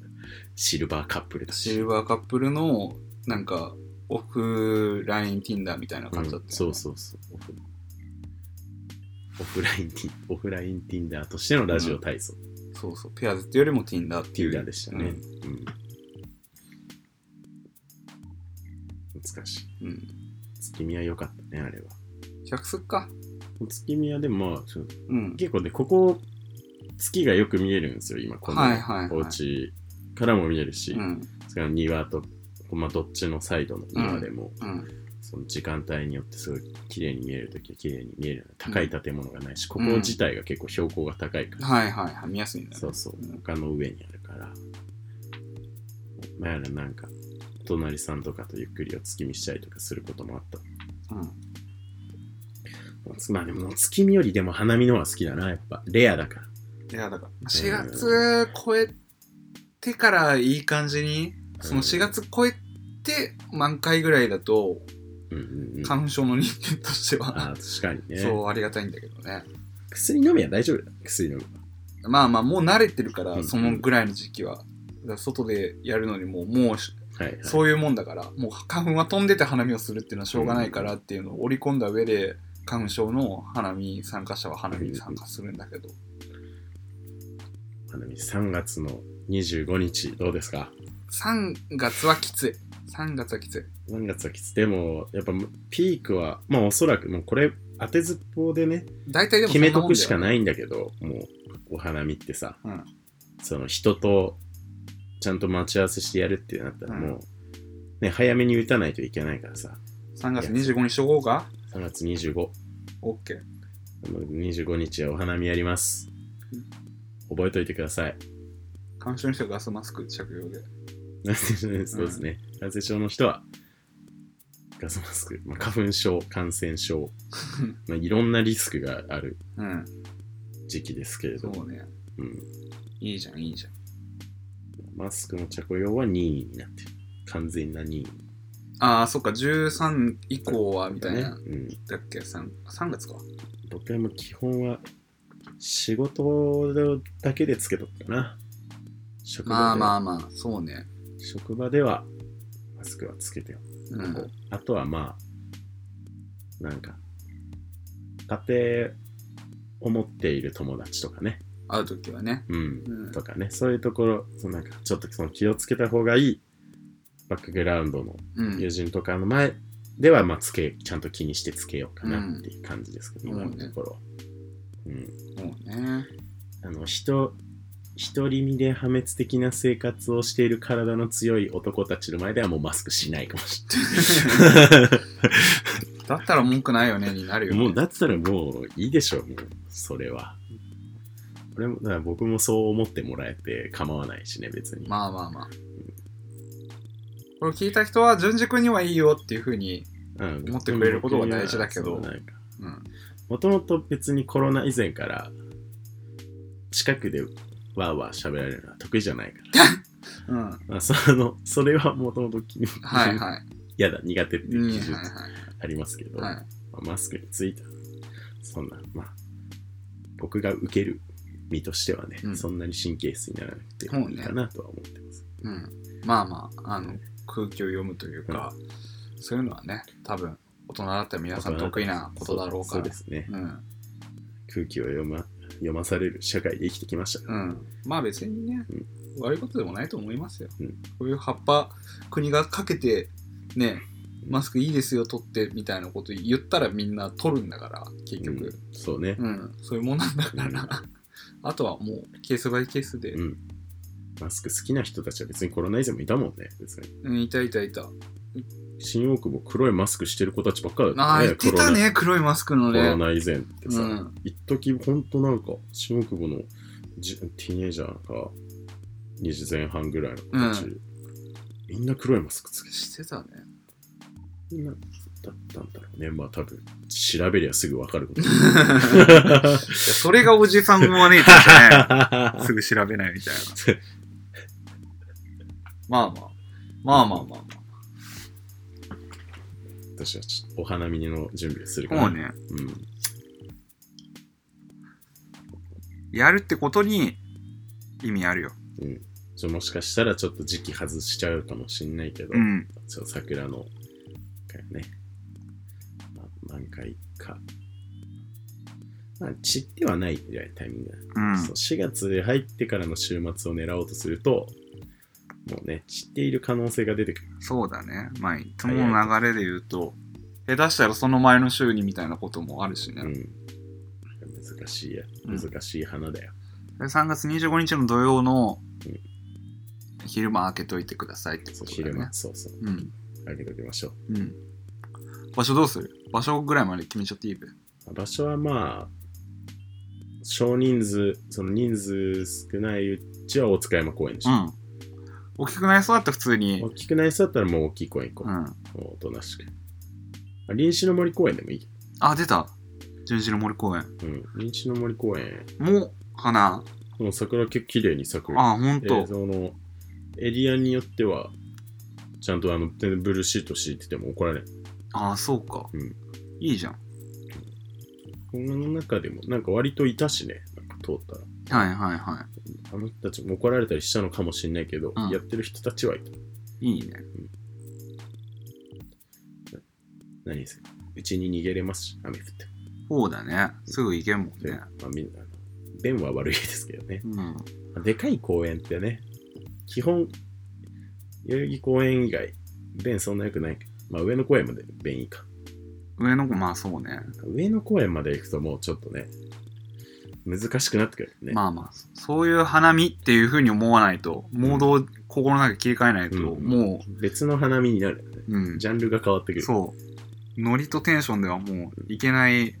Speaker 5: シルバーカップルだ
Speaker 6: シルバーカップルのなんかオフライン Tinder みたいな感じだったよね、
Speaker 5: うんそうそうそうオフオフラインティオフラインティンダーとしてのラジオ体操、
Speaker 6: そうそうペアーズっていうよりも Tinder って
Speaker 5: テ
Speaker 6: い
Speaker 5: ィ
Speaker 6: う
Speaker 5: ンダーでしたね、
Speaker 6: う
Speaker 5: うんん懐かしい
Speaker 6: うん、
Speaker 5: 月見は良かったねあれは
Speaker 6: 百足か。
Speaker 5: 月見はでもまあそう
Speaker 6: うん。
Speaker 5: 結構ねここ月がよく見えるんですよ今この
Speaker 6: はいはいはい
Speaker 5: お家からも見えるし、
Speaker 6: うん。
Speaker 5: それから庭と、まあ、どっちのサイドの庭でも、
Speaker 6: うん。
Speaker 5: その時間帯によってすごい綺麗に見えるときは綺麗に見える高い建物がないし、ここ自体が結構標高が高いから、
Speaker 6: はいはいはい。見やすいんだよね。
Speaker 5: そうそう
Speaker 6: うん
Speaker 5: 丘の上にあるから前らなんかお隣さんとかとゆっくりお月見したりとかすることもあった
Speaker 6: うん。
Speaker 5: まあでもお月見よりでも花見の方が好きだなやっぱレアだから
Speaker 6: いや、だから、4月超えてからいい感じに、その4月超えて満開ぐらいだと、
Speaker 5: うんうんうんあ
Speaker 6: 花粉症の人間としては、
Speaker 5: あ確かにね
Speaker 6: そう、ありがたいんだけどね。
Speaker 5: 薬飲みは大丈夫だ薬飲みは
Speaker 6: まあまあ、もう慣れてるか
Speaker 5: う
Speaker 6: ら、
Speaker 5: ん
Speaker 6: そのぐらいの時期は。だから外でやるのにもう、もうし、
Speaker 5: はいはい
Speaker 6: そういうもんだから、もう花粉は飛んでて花見をするっていうのはしょうがないからっていうのを織り込んだ上で、花粉症の花見参加者は花見に参加するんだけど、
Speaker 5: 花見3月の25日どうですか
Speaker 6: 3月はきつい。3月はきつい。
Speaker 5: 何月はきついでもやっぱピークはまあおそらくもうこれ当てずっぽうでね
Speaker 6: 大体でも。
Speaker 5: 決めとくしかないいんだけどもうお花見ってさ、
Speaker 6: うん
Speaker 5: その人とちゃんと待ち合わせしてやるってなったら
Speaker 6: うん
Speaker 5: もう、ね早めに打たないといけないからさ
Speaker 6: 3月25日しとこうか
Speaker 5: 3月25
Speaker 6: ?OK。
Speaker 5: 25日はお花見やります覚えといてください
Speaker 6: 花粉症の人はガスマスク着用で。
Speaker 5: そうですね感染症の人はガスマスク、まあ、花粉症感染 症、まあ、いろんなリスクがある
Speaker 6: うん。
Speaker 5: 時期ですけれ
Speaker 6: そ
Speaker 5: ども、
Speaker 6: うね。
Speaker 5: うん、
Speaker 6: いいじゃん、いいじゃん。
Speaker 5: マスクの着用は任意になってる完全な任意
Speaker 6: ああ、そっか、13以降は、みたいな。
Speaker 5: うん。
Speaker 6: だっけ 3, ?3 月か。
Speaker 5: 僕はもう基本は、仕事だけでつけとくかな。職場で
Speaker 6: ま
Speaker 5: は
Speaker 6: あまあまあ、そうね。
Speaker 5: 職場では、マスクはつけてよ。
Speaker 6: うん。
Speaker 5: あとはまあ、なんか、家庭を持っている友達とかね。
Speaker 6: 会うときはね。
Speaker 5: うん。
Speaker 6: うん
Speaker 5: とかね、そういうところ、そのなんかちょっとその気をつけた方がいいバックグラウンドの
Speaker 6: うん
Speaker 5: 友。人とかの前では、まあ、つけ、ちゃんと気にしてつけようかなっていう感じですけど、
Speaker 6: うん
Speaker 5: 今のところ。うん。
Speaker 6: もうね。
Speaker 5: あの、人、独り身で破滅的な生活をしている体の強い男たちの前ではもうマスクしないかもしれない。
Speaker 6: だったら文句ないよね、になるよ、ね。
Speaker 5: もうだったらもういいでしょう、もう、それは。これも、だから僕もそう思ってもらえて構わないしね、別に。
Speaker 6: まあまあまあ。これを聞いた人は、淳二君にはいいよっていうふうに。
Speaker 5: うん
Speaker 6: 思ってくれることが大事だけどうん。
Speaker 5: もともと別にコロナ以前から、近くでわーわー喋られるのは得意じゃないから。
Speaker 6: うん。
Speaker 5: まあ、そ のそれはもともと
Speaker 6: はいはい。
Speaker 5: 嫌だ、苦手ってい
Speaker 6: うん
Speaker 5: う
Speaker 6: は
Speaker 5: 基
Speaker 6: い
Speaker 5: 準
Speaker 6: はい
Speaker 5: ありますけど、
Speaker 6: はい。
Speaker 5: ま
Speaker 6: はい。
Speaker 5: あマスクについては、そんな、まあ、僕が受ける身としてはね、
Speaker 6: うん
Speaker 5: そんなに神経質にならなくて
Speaker 6: そうね
Speaker 5: いいかなとは思ってます。
Speaker 6: うん。まあまあ、あの、空気を読むというか、そういうのはね、多分、大人だったら皆さん得意なことだろうか
Speaker 5: そうそ
Speaker 6: ら。
Speaker 5: うですね。
Speaker 6: うん。
Speaker 5: 空気を読ま読まされる社会で生きてきましたから
Speaker 6: うん、まあ別にね、
Speaker 5: うん
Speaker 6: 悪いことでもないと思いますよ。
Speaker 5: うん
Speaker 6: こういう葉っぱ、国がかけて、ね、マスクいいですよ、取ってみたいなこと言ったらみんな取るんだから、結局。
Speaker 5: うんそうね。
Speaker 6: うん、そういうもんなんだから。
Speaker 5: う
Speaker 6: あとはもう、ケースバイケースで
Speaker 5: う。ん。マスク好きな人たちは別にコロナ以前もいたもんね。別に。
Speaker 6: うん、いたいたいた。
Speaker 5: 新大久保黒いマスクしてる子たちばっかだった
Speaker 6: ああ、
Speaker 5: ね。
Speaker 6: 言ってたね、黒いマスクの
Speaker 5: コロナ。コロ
Speaker 6: ね。
Speaker 5: ナ以前って
Speaker 6: う
Speaker 5: さ、
Speaker 6: ん、
Speaker 5: 一時ほんとなんか、新大久保のじティーンエイジャーか、2時前半ぐらいの子たち、
Speaker 6: う
Speaker 5: みんな黒いマスクつけて
Speaker 6: してたね。
Speaker 5: みんなだったんだろうね。まあ多分、調べりゃすぐわかること。
Speaker 6: いやそれがおじさんを招いたんじゃな いすぐ調べないみたいな。まあまあ。まあまあまあ
Speaker 5: 私はちょっとお花見の準備をするか
Speaker 6: まあ。
Speaker 5: ら。
Speaker 6: もうね、
Speaker 5: うん。
Speaker 6: やるってことに意味あるよ。
Speaker 5: ちょもしかしたらちょっと時期外しちゃうかもしんないけど、
Speaker 6: うん。
Speaker 5: ちょ桜のね、まあ、満開か。まあ、散ってはないぐらいのタイミングだ、
Speaker 6: うん。
Speaker 5: そう4月で入ってからの週末を狙おうとすると、もうね、散っている可能性が出てくる。
Speaker 6: そうだね。まあ、いつもの流れで言うと、下手したらその前の週にみたいなこともあるしね。
Speaker 5: うん、難しいや、
Speaker 6: うん
Speaker 5: 難しい花だよ。
Speaker 6: で3月25日の土曜の
Speaker 5: うん
Speaker 6: 昼間開けといてくださいってこ
Speaker 5: そう
Speaker 6: とだ
Speaker 5: 昼
Speaker 6: よね
Speaker 5: 間、。そうそう、
Speaker 6: うん。
Speaker 5: あげときましょう。
Speaker 6: うん。場所どうする場所ぐらいまで決めちゃっていいべ。
Speaker 5: 場所はまあ、少人数、その人数少ないうちは大塚山公園にしよう
Speaker 6: うん。大きくなりそうだったら普通に
Speaker 5: 大。きくなりそうだったらもう大きい公園行
Speaker 6: う
Speaker 5: こ
Speaker 6: ん。
Speaker 5: う。もうおとなしく。あ臨死の森公園でもいい。
Speaker 6: あ、出た。純次の森公園。
Speaker 5: うん。臨死の森公園。
Speaker 6: も、花。
Speaker 5: もう桜結構綺麗に咲く。
Speaker 6: あ、ほん
Speaker 5: で
Speaker 6: と。
Speaker 5: そのエリアによっては、ちゃんとあの全然ブルーシート敷いてても怒られない。
Speaker 6: あ、そうか
Speaker 5: うん。
Speaker 6: いいじゃん。
Speaker 5: この中でも、なんか割といたしね、なんか通ったら。
Speaker 6: はいはいは
Speaker 5: あの人たちも怒られたりしたのかもしれないけど、
Speaker 6: うん
Speaker 5: やってる人たちはいた。
Speaker 6: い。いいね。
Speaker 5: 何せ。うちに逃げれますし、雨降っても。
Speaker 6: そうだね。すぐ行けんもん
Speaker 5: で
Speaker 6: ね。
Speaker 5: まあみんな、便は悪いですけどね。
Speaker 6: うん。
Speaker 5: でかい公園ってね、基本、代々木公園以外、便そんな良くないけど、まあ上野公園まで便いいか。
Speaker 6: 上の子、まあそうね。
Speaker 5: 上野公園まで行くともうちょっとね、難しくなってくるよね。
Speaker 6: まあまあ、そういう花見っていうふうに思わないと、モードを心の中で切り替えないと、
Speaker 5: うん
Speaker 6: も
Speaker 5: 別の花見になるよね。
Speaker 6: う、うん。
Speaker 5: ジャンルが変わってくる。
Speaker 6: そう。ノリとテンションではもういけない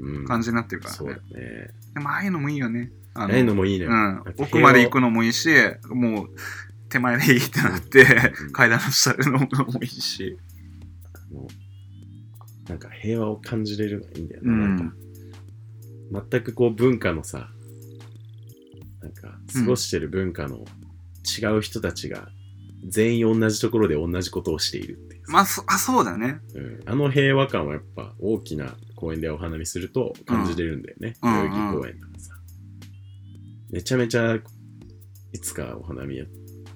Speaker 5: うん
Speaker 6: 感じになってるから
Speaker 5: そう
Speaker 6: ね
Speaker 5: だ。ね。
Speaker 6: でも、ああいうのもいいよね。あ
Speaker 5: ああいうのもいいね。
Speaker 6: うん、奥まで行く
Speaker 5: の。
Speaker 6: のもいいし、もう手前でいいってなって、
Speaker 5: うん
Speaker 6: 階段の下で飲むのもいいし、
Speaker 5: あのなんか平和を感じれるのがいいんだよね。
Speaker 6: う
Speaker 5: なん
Speaker 6: ん
Speaker 5: か、全くこう文化のさ、なんか過ごしてる文化の違う人たちが全員同じところで同じことをしているっていう。
Speaker 6: まあ、そあそうだね。
Speaker 5: うん、あの平和感はやっぱ大きな公園でお花見すると感じれるんだよね、
Speaker 6: うん
Speaker 5: 代々木公園とかさ、めちゃめちゃいつかお花見や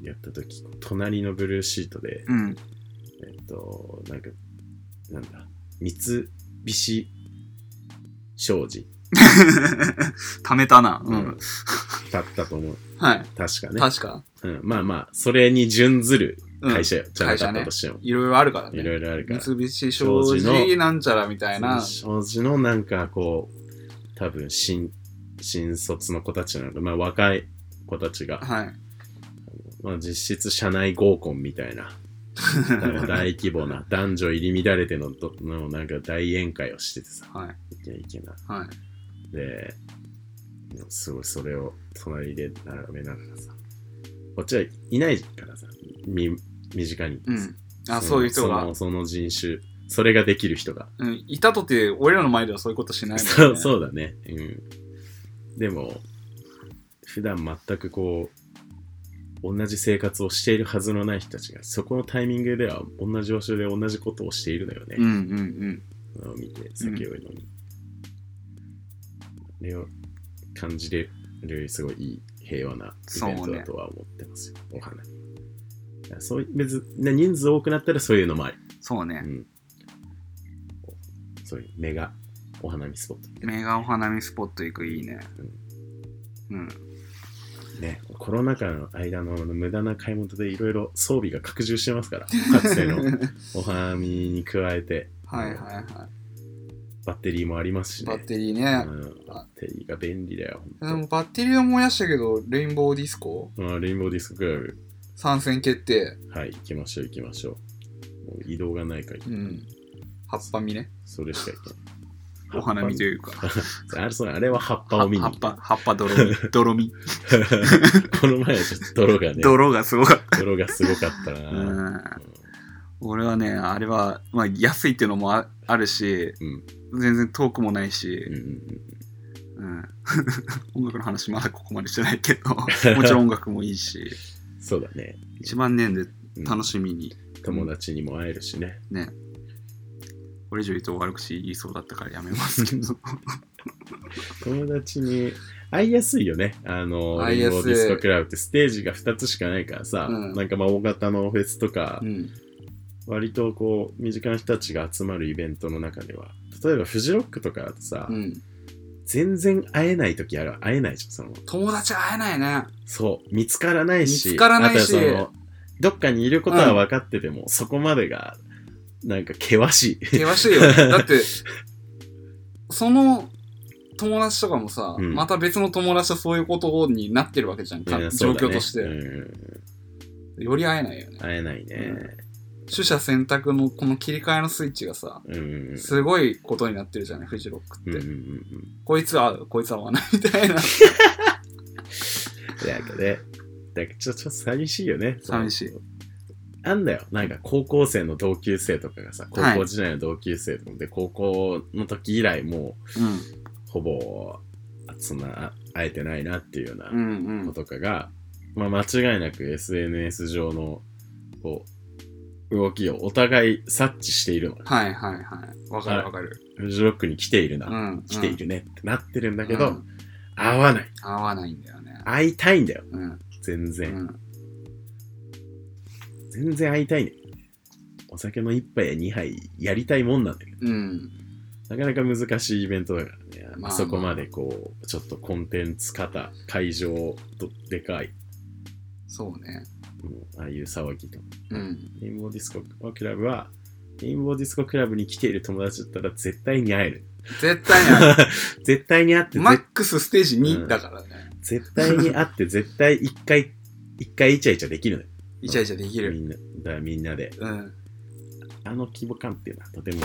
Speaker 5: やった時隣のブルーシートで、
Speaker 6: うん。
Speaker 5: えっとなんかなんだ三菱商事
Speaker 6: 貯めたな。うん。
Speaker 5: うんだったと思う
Speaker 6: はい。
Speaker 5: 確かね
Speaker 6: 確か。
Speaker 5: うん、まあまあそれに準ずる
Speaker 6: うん
Speaker 5: 会社よ、じゃなかったとしても、
Speaker 6: いろいろあるからね。
Speaker 5: いろいろあるから
Speaker 6: 三菱商事なんちゃらみたいな。
Speaker 5: 庄司のなんかこう、多分新、新卒の子たちなのか、まあ若い子たちが、
Speaker 6: はい。
Speaker 5: まあ実質社内合コンみたい な、多分大規模な男女入り乱れてのどのなんか大宴会をしててさ、
Speaker 6: はい。
Speaker 5: いけないいけない。
Speaker 6: はい。
Speaker 5: で、すごいそれを隣で並べながらさ、こっちはいないからさ、み、身近に。
Speaker 6: うん。あ、そういう人
Speaker 5: そ
Speaker 6: が
Speaker 5: の。その人種、それができる人が。
Speaker 6: うん。いたとて、俺らの前ではそういうことしないもんね
Speaker 5: そうそうだね。うん。でも、普段全くこう、同じ生活をしているはずのない人たちが、そこのタイミングでは同じ場所で同じことをしているのよ
Speaker 6: うん
Speaker 5: ね。
Speaker 6: うん
Speaker 5: を見て、酒を飲み。あれを感じれる、すごいいい平和なイベン
Speaker 6: そう
Speaker 5: ト
Speaker 6: ね
Speaker 5: だとは思ってますよ、お花見。だからそういう別にね人数多くなったらそういうのもあり。
Speaker 6: うん。そうね
Speaker 5: う。ん、そういうメガお花見スポットみたいな
Speaker 6: メガお花見スポット行くいいね。うん。
Speaker 5: ね、コロナ禍の間の無駄な買い物でいろいろ装備が拡充してます から、かつてのお花見に加えて、
Speaker 6: はいはいはい。
Speaker 5: バッテリーもありますしね。
Speaker 6: バッテリーね。
Speaker 5: うんバッテリーが便利だよ、
Speaker 6: で
Speaker 5: 本
Speaker 6: もバッテリーを燃やしたけど、レインボーディスコ
Speaker 5: 当まあレインボーディスククラブ、
Speaker 6: 参戦決定。
Speaker 5: はい、行きましょう、行きましょう。もう移動がないから、
Speaker 6: うん。葉っぱ見ね。
Speaker 5: それしか行けない。
Speaker 6: お花見というか。
Speaker 5: あれそうあれは葉っぱを見に
Speaker 6: 葉
Speaker 5: 行
Speaker 6: っ
Speaker 5: く。
Speaker 6: ぱ、葉っぱ泥み。泥み。
Speaker 5: この前はちょっと泥がね、
Speaker 6: 泥がすごかっ
Speaker 5: 泥がすごかった
Speaker 6: た。
Speaker 5: な。
Speaker 6: うん。俺はね、あれは、まあ、安いっていうのもああるし、
Speaker 5: うん
Speaker 6: 全然遠くもな
Speaker 5: う
Speaker 6: い
Speaker 5: んう
Speaker 6: し、
Speaker 5: んうん
Speaker 6: うん 音楽の話まだここまでしてないけど、 もちろん音楽もいいし、
Speaker 5: そうだね。
Speaker 6: 一番ねんで
Speaker 5: うん
Speaker 6: 楽しみに、
Speaker 5: 友達にも会えるしね。
Speaker 6: ね、これ以上言うと悪口言いそうだったからやめますけど、
Speaker 5: 友達に会いやすいよね。あの、
Speaker 6: 会い
Speaker 5: レイ
Speaker 6: や
Speaker 5: ン
Speaker 6: すい
Speaker 5: ボーディスコクラブってステージが2つしかないからさ、
Speaker 6: うん
Speaker 5: なんかまあ大型のフェスとか、
Speaker 6: うん、
Speaker 5: 割とこう、身近な人たちが集まるイベントの中では、例えばフジロックとかだとさ、
Speaker 6: うん、
Speaker 5: 全然会えない時ある、会えないじゃん、その、
Speaker 6: 友達会えない ね、
Speaker 5: そう、見つからないし、
Speaker 6: 見つからないし
Speaker 5: あとはその、どっかにいることは分かってても、そこまでが、なんか険しい。
Speaker 6: 険しいよね。だって、その友達とかもさ、
Speaker 5: うん
Speaker 6: また別の友達とそういうことになってるわけじゃん、か
Speaker 5: いやそ
Speaker 6: 状
Speaker 5: うだね
Speaker 6: 況として、
Speaker 5: うん
Speaker 6: より会えないよね。
Speaker 5: 会えないね。
Speaker 6: 取捨選択のこの切り替えのスイッチがさ、
Speaker 5: うん。うん
Speaker 6: すごいことになってるじゃない、フジロック
Speaker 5: うんう
Speaker 6: っ
Speaker 5: ん
Speaker 6: て。
Speaker 5: うん
Speaker 6: こいつは合う、こいつは合わないみたいな。
Speaker 5: なんかね、だからちょっと寂しいよね。
Speaker 6: 寂しい
Speaker 5: そう。あんだよ。なんか高校生の同級生とかがさ、高校時代の同級生とかで、高校の時以来も
Speaker 6: うん、
Speaker 5: う、ほぼ、そんな、会えてないなっていうような
Speaker 6: う
Speaker 5: 子
Speaker 6: ん、
Speaker 5: とかが、まあ間違いなく SNS 上の、こう、動きをお互い察知しているのよ。
Speaker 6: はいはいはい。わかるわかる。
Speaker 5: フジロックに来ているな、
Speaker 6: うん。
Speaker 5: 来ているねってなってるんだけ
Speaker 6: う
Speaker 5: ど、
Speaker 6: ん
Speaker 5: 会わない。
Speaker 6: 合わないんだよね。
Speaker 5: 会いたいんだよ。
Speaker 6: うん。
Speaker 5: 全
Speaker 6: う
Speaker 5: 然。
Speaker 6: ん。
Speaker 5: 全然会いたいね。お酒の1杯や2杯やりたいもんなんだけど、
Speaker 6: うん。
Speaker 5: なかなか難しいイベントだからね。
Speaker 6: まあ
Speaker 5: あそこまでこう、ちょっとコンテンツ型、会場とでかい、
Speaker 6: そうね。
Speaker 5: もうああいう騒ぎと。
Speaker 6: うん。
Speaker 5: レインボーディスコクラブは、レインボーディスコクラブに来ている友達だったら絶対に会える。
Speaker 6: 絶対に 合う
Speaker 5: 絶対に会って、
Speaker 6: マッ
Speaker 5: ぜ
Speaker 6: クスステージ2だからね。
Speaker 5: 絶対に会 って、絶対1回、一回イチャイチャできる
Speaker 6: イチャイチャでき
Speaker 5: のよ。み
Speaker 6: る。
Speaker 5: んな、だからみんなで。
Speaker 6: うん。
Speaker 5: あの規模感っていうのはとても、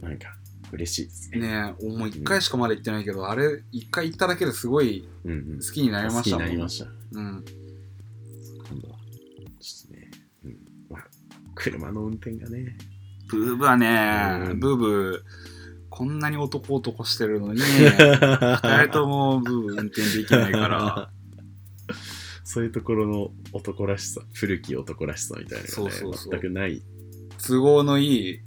Speaker 5: なんか、嬉しいですね。
Speaker 6: ねえ、もう1回しかまだ行ってないけど、あれ、1回行っただけですごい
Speaker 5: うんうん
Speaker 6: 好。きになりました
Speaker 5: 好き
Speaker 6: も
Speaker 5: になりま
Speaker 6: ん。
Speaker 5: した。
Speaker 6: うん。
Speaker 5: 今度は。ちょっとね、うんまあ、車の運転がね、
Speaker 6: ブーブはね
Speaker 5: う、ん
Speaker 6: ブーブー、こんなに男男してる のに、
Speaker 5: 誰
Speaker 6: 誰ともブーブー運転できないから、
Speaker 5: そういうところの男らしさ、古き男らしさみたいなのが、ね、
Speaker 6: そうそうそう
Speaker 5: 全くない
Speaker 7: 都合のいい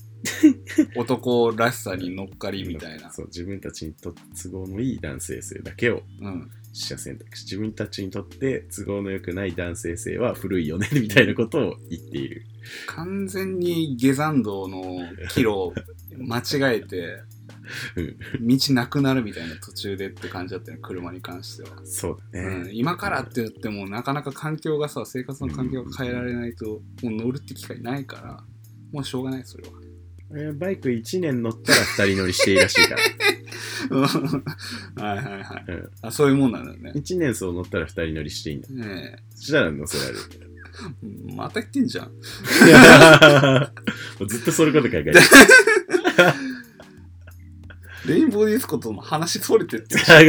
Speaker 7: 男らしさに乗っかりみたいな。
Speaker 5: そう自分たちにとって都合のいい男性性だけを
Speaker 7: うん。
Speaker 5: 取捨選択し自分たちにとって都合の良くない男性性は古いよねみたいなことを言っている
Speaker 7: 完全に下山道のキロを間違えて、道なくなるみたいな途中でって感じだったよね、車に関しては。
Speaker 5: そうだね、
Speaker 7: うん、今からって言ってもなかなか環境がさ生活の環境が変えられないと、もう乗るって機会ないからもうしょうがないそれは
Speaker 5: えーバイク1年乗ったら2人乗りしていいらしいから
Speaker 7: うんはいはいはい、
Speaker 5: うん
Speaker 7: あそういうもんなんだね
Speaker 5: 1年そう乗ったら2人乗りしていいんだ
Speaker 7: ね
Speaker 5: そしたら乗せられる
Speaker 7: えまた言ってんじゃん
Speaker 5: もうずっとそういうこと考えてる。
Speaker 7: レインボーディスコとも話それて って
Speaker 5: トラ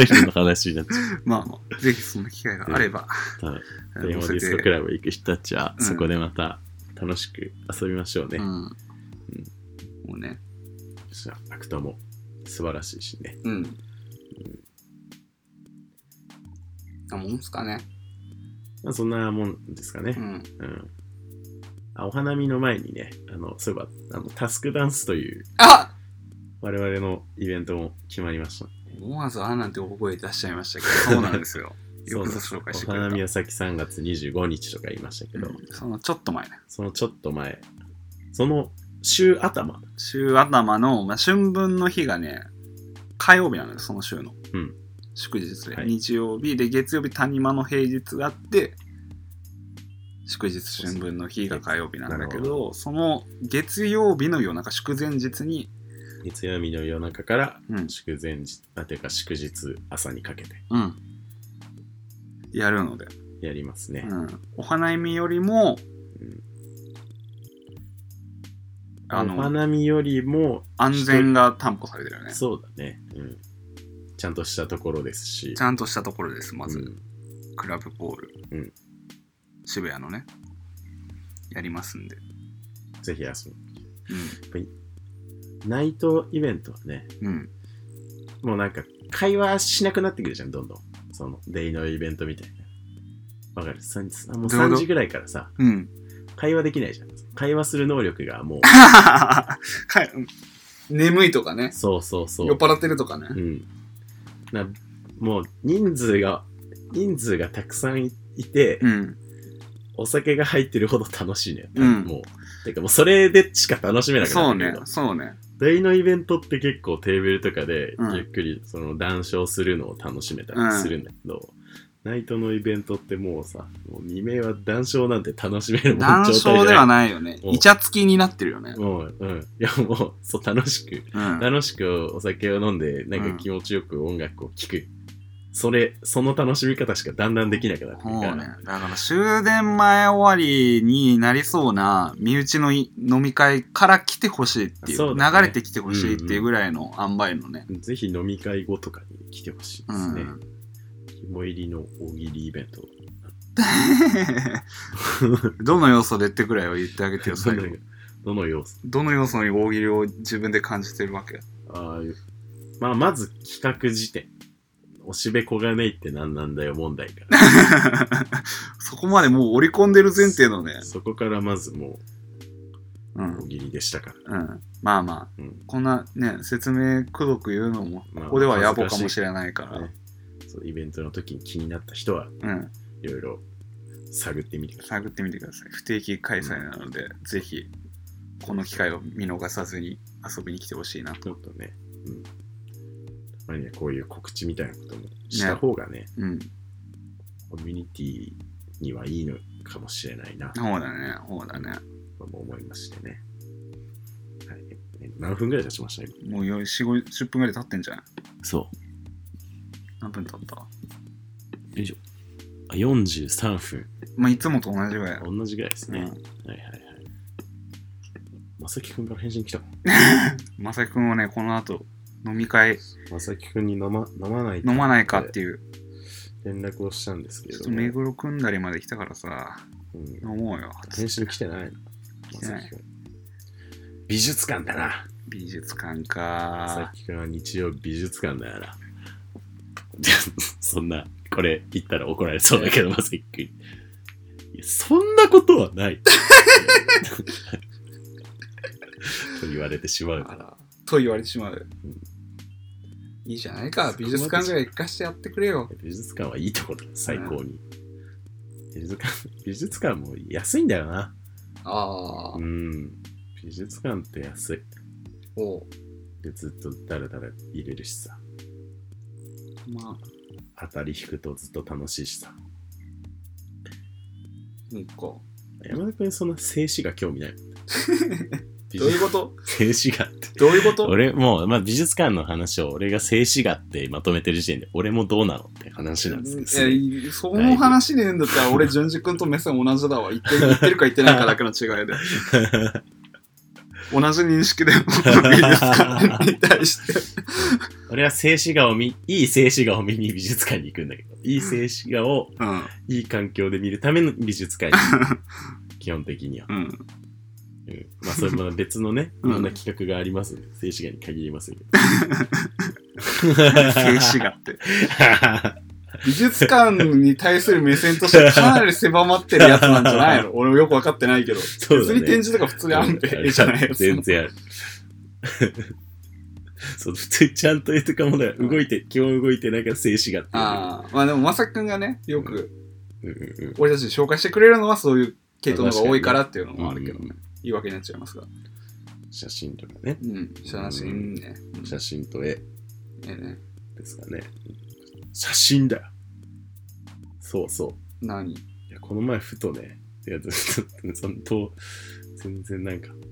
Speaker 5: イフの話になっちゃ
Speaker 6: まあまあ、ぜひその機会があれば、
Speaker 5: った。はい
Speaker 6: あ
Speaker 5: レモ
Speaker 6: の
Speaker 5: ンデ
Speaker 6: 載
Speaker 5: ィ
Speaker 6: せ
Speaker 5: スコ
Speaker 6: て
Speaker 5: クラブ行く人たちは、
Speaker 7: うん
Speaker 5: そこでまた楽しく遊びましょうね。
Speaker 6: うん。
Speaker 5: よ
Speaker 6: も
Speaker 7: もうね
Speaker 5: っしゃアクトも素晴らしいしね。
Speaker 7: うんなもんすかね
Speaker 5: まあ、そんなもんですかね
Speaker 7: う。ん
Speaker 5: うん。あお花見の前にね、あの、そういえば、あの、タスクダンスという
Speaker 7: あ
Speaker 5: 我々のイベントも決まりました。
Speaker 7: 思わずあなんて大声出しちゃいましたけどそうなんですよよくぞ
Speaker 5: そう
Speaker 6: 紹
Speaker 5: なんで
Speaker 6: 介し
Speaker 5: す
Speaker 6: て
Speaker 5: お
Speaker 6: く
Speaker 5: 花見
Speaker 6: れた。
Speaker 5: はさっき3月25日とか言いましたけど、
Speaker 7: そのちょっと前ね
Speaker 5: そのちょっと前、その週頭、
Speaker 6: 週頭の、まあ、春分の日がね、火曜日なのよ、その週の。
Speaker 5: うん
Speaker 6: 祝日で、
Speaker 5: はい
Speaker 6: 日曜日で、月曜日谷間の平日があって、祝日春分の日が火曜日なんだ
Speaker 5: な
Speaker 6: け
Speaker 5: るほ
Speaker 6: ど、その月曜日の夜中、祝前日に、
Speaker 5: 月曜日の夜中から
Speaker 6: うん
Speaker 5: 祝前日、あてか祝日朝にかけて
Speaker 6: うん、やるので、
Speaker 5: やりますね。
Speaker 6: うん、お花見よりも、
Speaker 5: うん
Speaker 6: あ
Speaker 5: お
Speaker 6: の
Speaker 5: 花見よりも、
Speaker 6: 安全が担保されてるよね
Speaker 5: そうだね、うん。ちゃんとしたところですし
Speaker 6: ち、ゃんとしたところですまず、
Speaker 5: うん
Speaker 6: クラブポール、
Speaker 5: うん
Speaker 6: 渋谷のねやりますんで、
Speaker 5: ぜひ遊ぶ。ナイトイベントはね、
Speaker 6: うんうん、
Speaker 5: もうなんか会話しなくなってくるじゃん、どんどん。その、デイのイベントみたいな。わかるさんもう
Speaker 6: どういう
Speaker 5: 3
Speaker 6: こと
Speaker 5: 時ぐらいからさ、
Speaker 6: うん。
Speaker 5: 会話できないじゃん。会話する能力がも う、
Speaker 6: か
Speaker 7: 眠いとかね
Speaker 5: そうそうそう。
Speaker 7: 酔っ払ってるとかね
Speaker 5: うん。なもう人数が、人数がたくさんいいて、
Speaker 6: うん。
Speaker 5: お酒が入ってるほど楽しいね。
Speaker 6: うん
Speaker 5: もう。てかもうそれでしか楽しめなく
Speaker 6: そ
Speaker 5: な
Speaker 6: う
Speaker 5: ってく
Speaker 6: ね
Speaker 5: る。の。
Speaker 6: そうね。
Speaker 5: 大のイベントって結構テーブルとかで
Speaker 6: うん
Speaker 5: ゆっくりその談笑するのを楽しめた
Speaker 6: う
Speaker 5: り
Speaker 6: ん
Speaker 5: するんだけど、ナイトのイベントってもうさ、もう未明は談笑なんて楽しめるもん
Speaker 6: 談
Speaker 5: 状態
Speaker 6: 笑
Speaker 5: じ
Speaker 6: で
Speaker 5: ゃ
Speaker 6: は
Speaker 5: ない。
Speaker 6: ないよね。
Speaker 5: うん
Speaker 6: イチャつきになってるよね。
Speaker 5: もう、うん。いやもう、そう楽しく、
Speaker 6: うん。
Speaker 5: 楽しくお酒を飲んで、なんか気持ちよく音楽を聴く。それ、その楽しみ方しかだんだんできなくなってく
Speaker 6: そ
Speaker 5: る
Speaker 6: う
Speaker 5: から。
Speaker 6: ね。だから終電前終わりになりそうな身内のい飲み会から来てほしいっていう
Speaker 5: そうだね
Speaker 6: 流れてきてほしいっていうぐらいの塩梅の ね。
Speaker 5: ぜひ飲み会後とかに来てほしいですね。
Speaker 6: うん
Speaker 5: 肝入りの大喜利イベント。
Speaker 6: どの要素でってくらいは言ってあげてよ、
Speaker 5: ど
Speaker 6: 最 後
Speaker 5: の。どの要素
Speaker 6: どの要素に大喜利を自分で感じてるわけ
Speaker 5: あーまあ、まず企画時点。おしべこがねいって何なんだよ問題か
Speaker 6: そこまでもう織り込んでる前提のね
Speaker 5: ら。。そこからまずも
Speaker 6: う
Speaker 5: う大
Speaker 6: ん。
Speaker 5: 喜利でしたから。
Speaker 6: うん。まあまあ、
Speaker 5: うん
Speaker 6: こんなね、説明くどく言うのも、
Speaker 5: まあ
Speaker 6: ここでは野暮かもしれないから。
Speaker 5: ねそうイベントの時に気になった人は
Speaker 6: うん。
Speaker 5: いろいろ探ってみてください。
Speaker 6: 探ってみてください。不定期開催なので、ぜひ、この機会を見逃さずに遊びに来てほしいな。
Speaker 5: ちょっとね、うん。たまにはこういう告知みたいなこともした方がね
Speaker 6: うん。
Speaker 5: コミュニティにはいいのかもしれないな。
Speaker 6: そうだね、そうだね。
Speaker 5: とも思いましてね。はい、え何分ぐらい経ちました今
Speaker 6: もうよ4、5 10分ぐらい経ってんじゃん。
Speaker 5: そ
Speaker 6: 何分経った
Speaker 5: う。よいしょ。あ43分。
Speaker 6: まあ、いつもと同じぐらいだよ。
Speaker 5: 同じぐらいですね。
Speaker 6: う
Speaker 5: はい
Speaker 6: ん
Speaker 5: はいはい。まさきくんから返信来たもん。
Speaker 6: まさきくんはね、この後、飲み会
Speaker 5: まさきくんに飲ま飲まない
Speaker 6: 飲まないかっていう、
Speaker 5: 連絡をしたんですけ
Speaker 6: ち
Speaker 5: れ
Speaker 6: ょっ
Speaker 5: ど
Speaker 6: と
Speaker 5: も、
Speaker 6: 目黒組んだりまで来たからさ、
Speaker 5: うん
Speaker 6: 飲もうよ。
Speaker 5: 返信来てないの。ま
Speaker 6: てない
Speaker 5: さきくん。美術館だな。
Speaker 6: 美術館
Speaker 5: まさ
Speaker 6: か。
Speaker 5: きくんは日曜美術館だよな。 そんな、これ言ったら怒られそうだけど、まさきくん。いやそんなことはない。と言われてしまう
Speaker 6: あ。ら、と言われてしまう。いいじゃないか、美術館ぐらい行かしてやってくれよ。
Speaker 5: 美術館はいいところだ、最高に。美術館、美術館も安いんだよな。
Speaker 6: ああ
Speaker 5: う、ん。美術館って安い。
Speaker 6: おう
Speaker 5: で、ずっとだらだら入れるしさ。
Speaker 6: まあ、
Speaker 5: 当たり引くとずっと楽しいしさ。
Speaker 6: うんこ。
Speaker 5: 山田君そんな静止画興味 ない。
Speaker 6: どういうこと
Speaker 5: 静止画って。
Speaker 6: どういうこと
Speaker 5: 俺、もう、まあ、美術館の話を俺が静止画ってまとめてる時点で、俺もどうなのって話なんですけどすでに。
Speaker 6: いや、その話で言うんだったら、俺、淳二君と目線同じだわ。言ってる言ってるか言ってないかだけの違い で。同じ認識で、いいですかに対して。
Speaker 5: 俺は静止画を見、いい静止画を見に美術館に行くんだけ ど、いい静止画を
Speaker 6: うん、
Speaker 5: いい環境で見るための美術 館に基本的には。
Speaker 6: うん。
Speaker 5: うんまあ、それも別のね、い
Speaker 6: うん
Speaker 5: ろんな企画がありますんで、 静止画に限りませんけど。
Speaker 6: 静止画って。美術館に対する目線としてかなり狭まってるやつなんじゃな いの俺もよくわかってないけど。
Speaker 5: そうだ
Speaker 6: 別
Speaker 5: ね
Speaker 6: に展示とか普通にあんべ、絵じゃないや つ。
Speaker 5: 全然ある。そう、普通にちゃんと絵とかもだから動いて、基本動いてないから静止画っていう。
Speaker 6: ああ、まあでも、まさくんがね、よく
Speaker 5: うんうんうん
Speaker 6: 俺たちに紹介してくれるのはそういう系統の方が多いからっていうのもあるけどね。言い訳になっちゃいますが。
Speaker 5: 写真とかね。
Speaker 6: うん、人なし、うんね。うん
Speaker 5: 写真と絵
Speaker 6: ええね。
Speaker 5: ですかね。写真だよ。そうそう。
Speaker 6: 何
Speaker 5: いや、この前ふとね、いや、ずっと、そんと、全然なんか、うん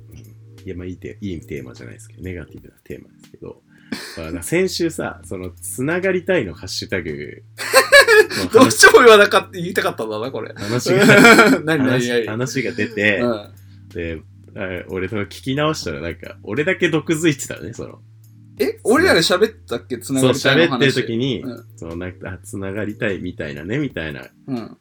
Speaker 5: いや、まあいいテー、いいテーマじゃないですけど、ネガティブなテーマですけど、まあな、先週さ、その、つながりたいのハッシュタグの
Speaker 6: どう
Speaker 5: 話、
Speaker 6: しても言わなかった、言いたかったんだな、これ。
Speaker 5: 話が、
Speaker 6: 何何
Speaker 5: 話
Speaker 6: 何
Speaker 5: 話が出て、
Speaker 6: うん
Speaker 5: で、あ俺と聞き直したら、なんか、俺だけ毒づいてたのね、その、
Speaker 6: え、俺らで喋ったっけつな
Speaker 5: そう、
Speaker 6: がりた
Speaker 5: 喋
Speaker 6: いの
Speaker 5: ってる
Speaker 6: 話。
Speaker 5: 時に、
Speaker 6: う
Speaker 5: その、なんか、つながりたいみたいなね、みたいな
Speaker 6: うん。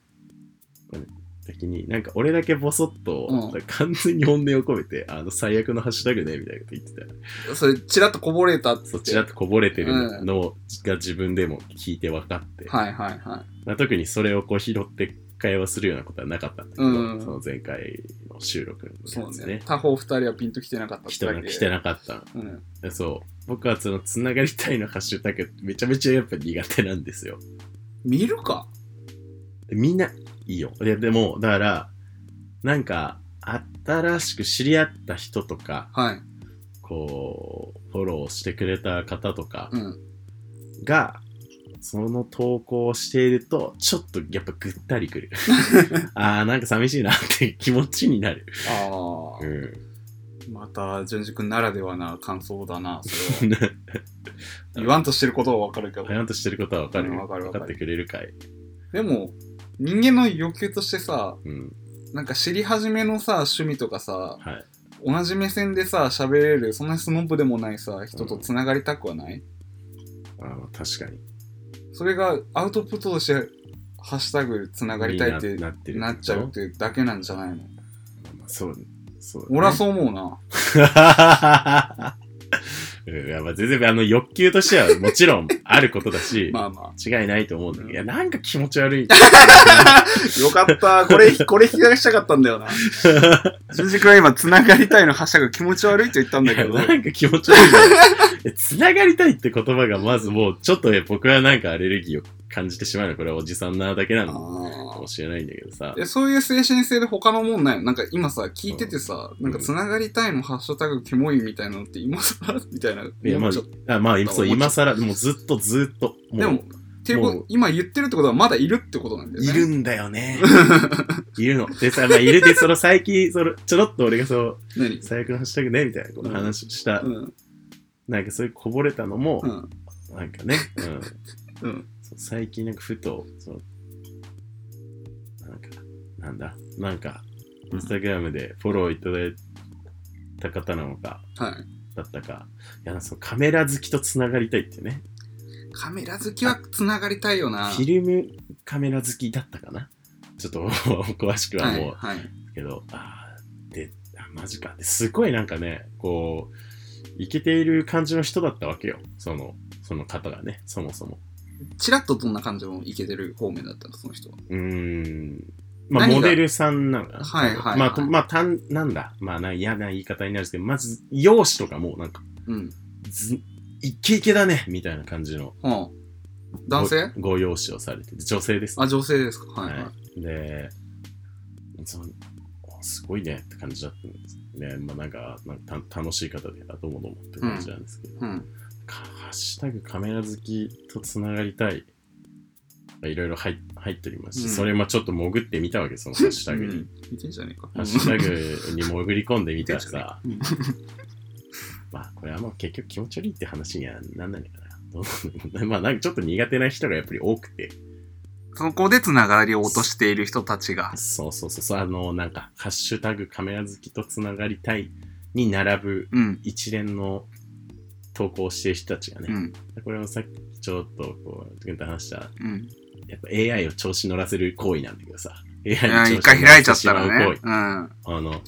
Speaker 5: 時に、なんか俺だけボソッと、
Speaker 6: うん
Speaker 5: なんか完全に本音を込めて、あの、最悪のハッシュタグね、みたいなこと言ってたよ。
Speaker 6: それ、ちらっとこぼれたって。
Speaker 5: そちらっとこぼれて
Speaker 6: う
Speaker 5: る
Speaker 6: ん
Speaker 5: のをが自分でも聞いて分かって、
Speaker 6: はいはいはい。
Speaker 5: まあ特にそれをこう拾って会話するようなことはなかったんだけど、
Speaker 6: うん
Speaker 5: その前回の収録の
Speaker 6: そ
Speaker 5: や
Speaker 6: う
Speaker 5: つ
Speaker 6: ね
Speaker 5: ね。。
Speaker 6: 他方二人はピンと来てなかったって
Speaker 5: 人
Speaker 6: だ
Speaker 5: が
Speaker 6: け
Speaker 5: 来てなかったの
Speaker 6: うん。
Speaker 5: で。そう。僕はそのつながりたいのハッシュタグめちゃめちゃやっぱ苦手なんですよ。
Speaker 6: 見るか
Speaker 5: でみんないいよ。いやでも、だから、なんか新しく知り合った人とか、
Speaker 6: はい。
Speaker 5: こう、フォローしてくれた方とか
Speaker 6: うん。
Speaker 5: が、その投稿をしていると、ちょっとやっぱぐったりく る。ああ、なんか寂しいなって気持ちになる。
Speaker 6: ああ。
Speaker 5: ん。
Speaker 6: また、淳二君ならではな感想だ な、それは。言わんとしてることはわかるけど
Speaker 5: や。んとしてることはわかる。
Speaker 6: うんわかるわかる
Speaker 5: ってくれるかい。
Speaker 6: でも、人間の欲求としてさ、
Speaker 5: うん。
Speaker 6: なんか知り始めのさ、趣味とかさ、
Speaker 5: はい。
Speaker 6: 同じ目線でさ、喋れる、そんなスノブでもないさ、人と繋がりたくはない、
Speaker 5: あの確かに。
Speaker 6: それがアウトプットとして、ハッシュタグ繋がりたいって
Speaker 5: にななってる
Speaker 6: なっちゃうっ。ていうだけなんじゃないの
Speaker 5: まあそう、 そう、
Speaker 6: 俺はそう思うな。
Speaker 5: う。うん、いやまあ全然あの欲求としてはもちろんあることだし、
Speaker 6: まあまあ。
Speaker 5: 違いないと思うんだけど、いや、なんか気持ち悪い。
Speaker 6: よかった。これ、これ引き出したかったんだ よな。純次君は今、つながりたいのハッシュタグ気持ち悪いと言ったんだけ
Speaker 5: い
Speaker 6: ど。
Speaker 5: やなんか気持ち悪い なつながりたいって言葉がまずもうちょっとね僕はなんかアレルギーを感じてしまうのこれはおじさんなだけなのか
Speaker 6: あ
Speaker 5: もしれないんだけどさ
Speaker 6: ーえそういう精神性で他のもんないのなんか今さ、聞いててさ、
Speaker 5: ん
Speaker 6: なんかつながりたいのハッシュタグキモいみたいなのって今更みたいな。
Speaker 5: いやま
Speaker 6: もうちょっ
Speaker 5: ああまあ今そう
Speaker 6: もうちょっと
Speaker 5: 今更もうずっとずっと
Speaker 6: とでも、っていうこ
Speaker 5: もう
Speaker 6: と、今言ってるってことはまだいるってことなんだよ
Speaker 5: い
Speaker 6: ね。
Speaker 5: るんだよねいるのでさまあいるでその最近そのちょろっと俺がそう
Speaker 6: 何
Speaker 5: 最悪のハッシュタグねみたいなこの話をした、
Speaker 6: うん。
Speaker 5: なんかそういうこぼれたのも
Speaker 6: う、ん。
Speaker 5: なんかね、うん、
Speaker 6: うん。
Speaker 5: そう最近なんかふとそのなんかなんだなんかイ
Speaker 8: うん
Speaker 5: ンスタグラムでフォローいただいた方なのか
Speaker 6: はい。
Speaker 5: だったかいやそのカメラ好きとつながりたいってね
Speaker 6: カメラ好きはつながりたいよな。
Speaker 5: フィルムカメラ好きだったかなちょっと 詳しくは
Speaker 6: は
Speaker 5: も、
Speaker 6: いうはい。
Speaker 5: けどあーであマジかですごいなんかねこうイケている感じの人だったわけよそのその方がねそもそも
Speaker 6: チラッとどんな感じのイケてる方面だったの、その人は。
Speaker 5: うーんまあ、
Speaker 7: 何が
Speaker 5: モデルさんなのかな。
Speaker 7: はいはいはい
Speaker 5: まあと、まあ、たん、なんだ。まあ、な嫌な言い方になるんですけど、まず、容姿とかもうなんか、
Speaker 7: うん。
Speaker 5: ず、イケイケだねみたいな感じの。
Speaker 7: はあ、男性
Speaker 5: ごご容姿をされてて、女性です、
Speaker 7: あ、女性ですか。はいはい。
Speaker 5: はい。で、そのあすごいねって感じだったんですね。まあ、なんか、なんかた楽しい方で、あどうもどうもって感じなんですけど、
Speaker 7: うん。
Speaker 5: かハッシュタグカメラ好きとつながりたい。いろいろ入入っておりますし、
Speaker 7: うん
Speaker 5: それまあちょっと潜ってみたわけ、そのハッシュタグに。
Speaker 7: 見てんじゃねえか。
Speaker 5: ハッシュタグに潜り込んでみたらさ
Speaker 7: うん、
Speaker 5: まあこれはもう結局気持ち悪いって話にはなんないのかな。どう なんまあなんかちょっと苦手な人がやっぱり多くて、
Speaker 6: そこでつながりを落としている人たちが。
Speaker 5: そうそうそうそう、あのなんかハッシュタグカメラ好きとつながりたいに並ぶ
Speaker 6: うん。
Speaker 5: 一連の投稿をしている人たちが
Speaker 6: う
Speaker 5: ね、
Speaker 6: ん。
Speaker 5: これもさっきちょっとこう、君と話した
Speaker 6: うん。
Speaker 5: やっぱ AI を調子乗らせる行為なんだけどさ。
Speaker 6: い
Speaker 5: AI
Speaker 6: や
Speaker 5: に調
Speaker 6: 一
Speaker 5: 子
Speaker 6: 回
Speaker 5: 乗ら
Speaker 6: 開
Speaker 5: せ
Speaker 6: いちゃ
Speaker 5: て
Speaker 6: っ
Speaker 5: したま
Speaker 6: ら
Speaker 5: う行
Speaker 6: ね
Speaker 5: 為。。
Speaker 6: うん。
Speaker 5: あの、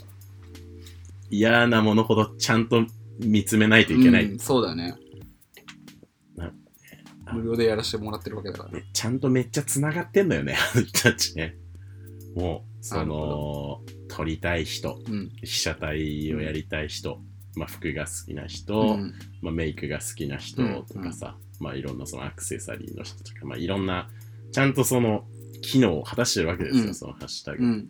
Speaker 5: 嫌なものほどちゃんと見つめないといけない。
Speaker 7: うんそうだね
Speaker 5: な。
Speaker 7: 無料でやらせてもらってるわけだからね。
Speaker 5: ねちゃんとめっちゃ繋がってんのよね、 あの人たちね。もう、そ
Speaker 7: なる
Speaker 5: の、撮りたい人、
Speaker 7: うん。
Speaker 5: 被写体をやりたい人、まあ服が好きな人、
Speaker 7: うん
Speaker 5: まあ、メイクが好きな人とかさ、まあいろんなそのアクセサリーの人とか、まあいろんな、ちゃんとその、機能を果たしてるわけですよ、
Speaker 7: うん
Speaker 5: そのハッシュタグ。
Speaker 7: うん。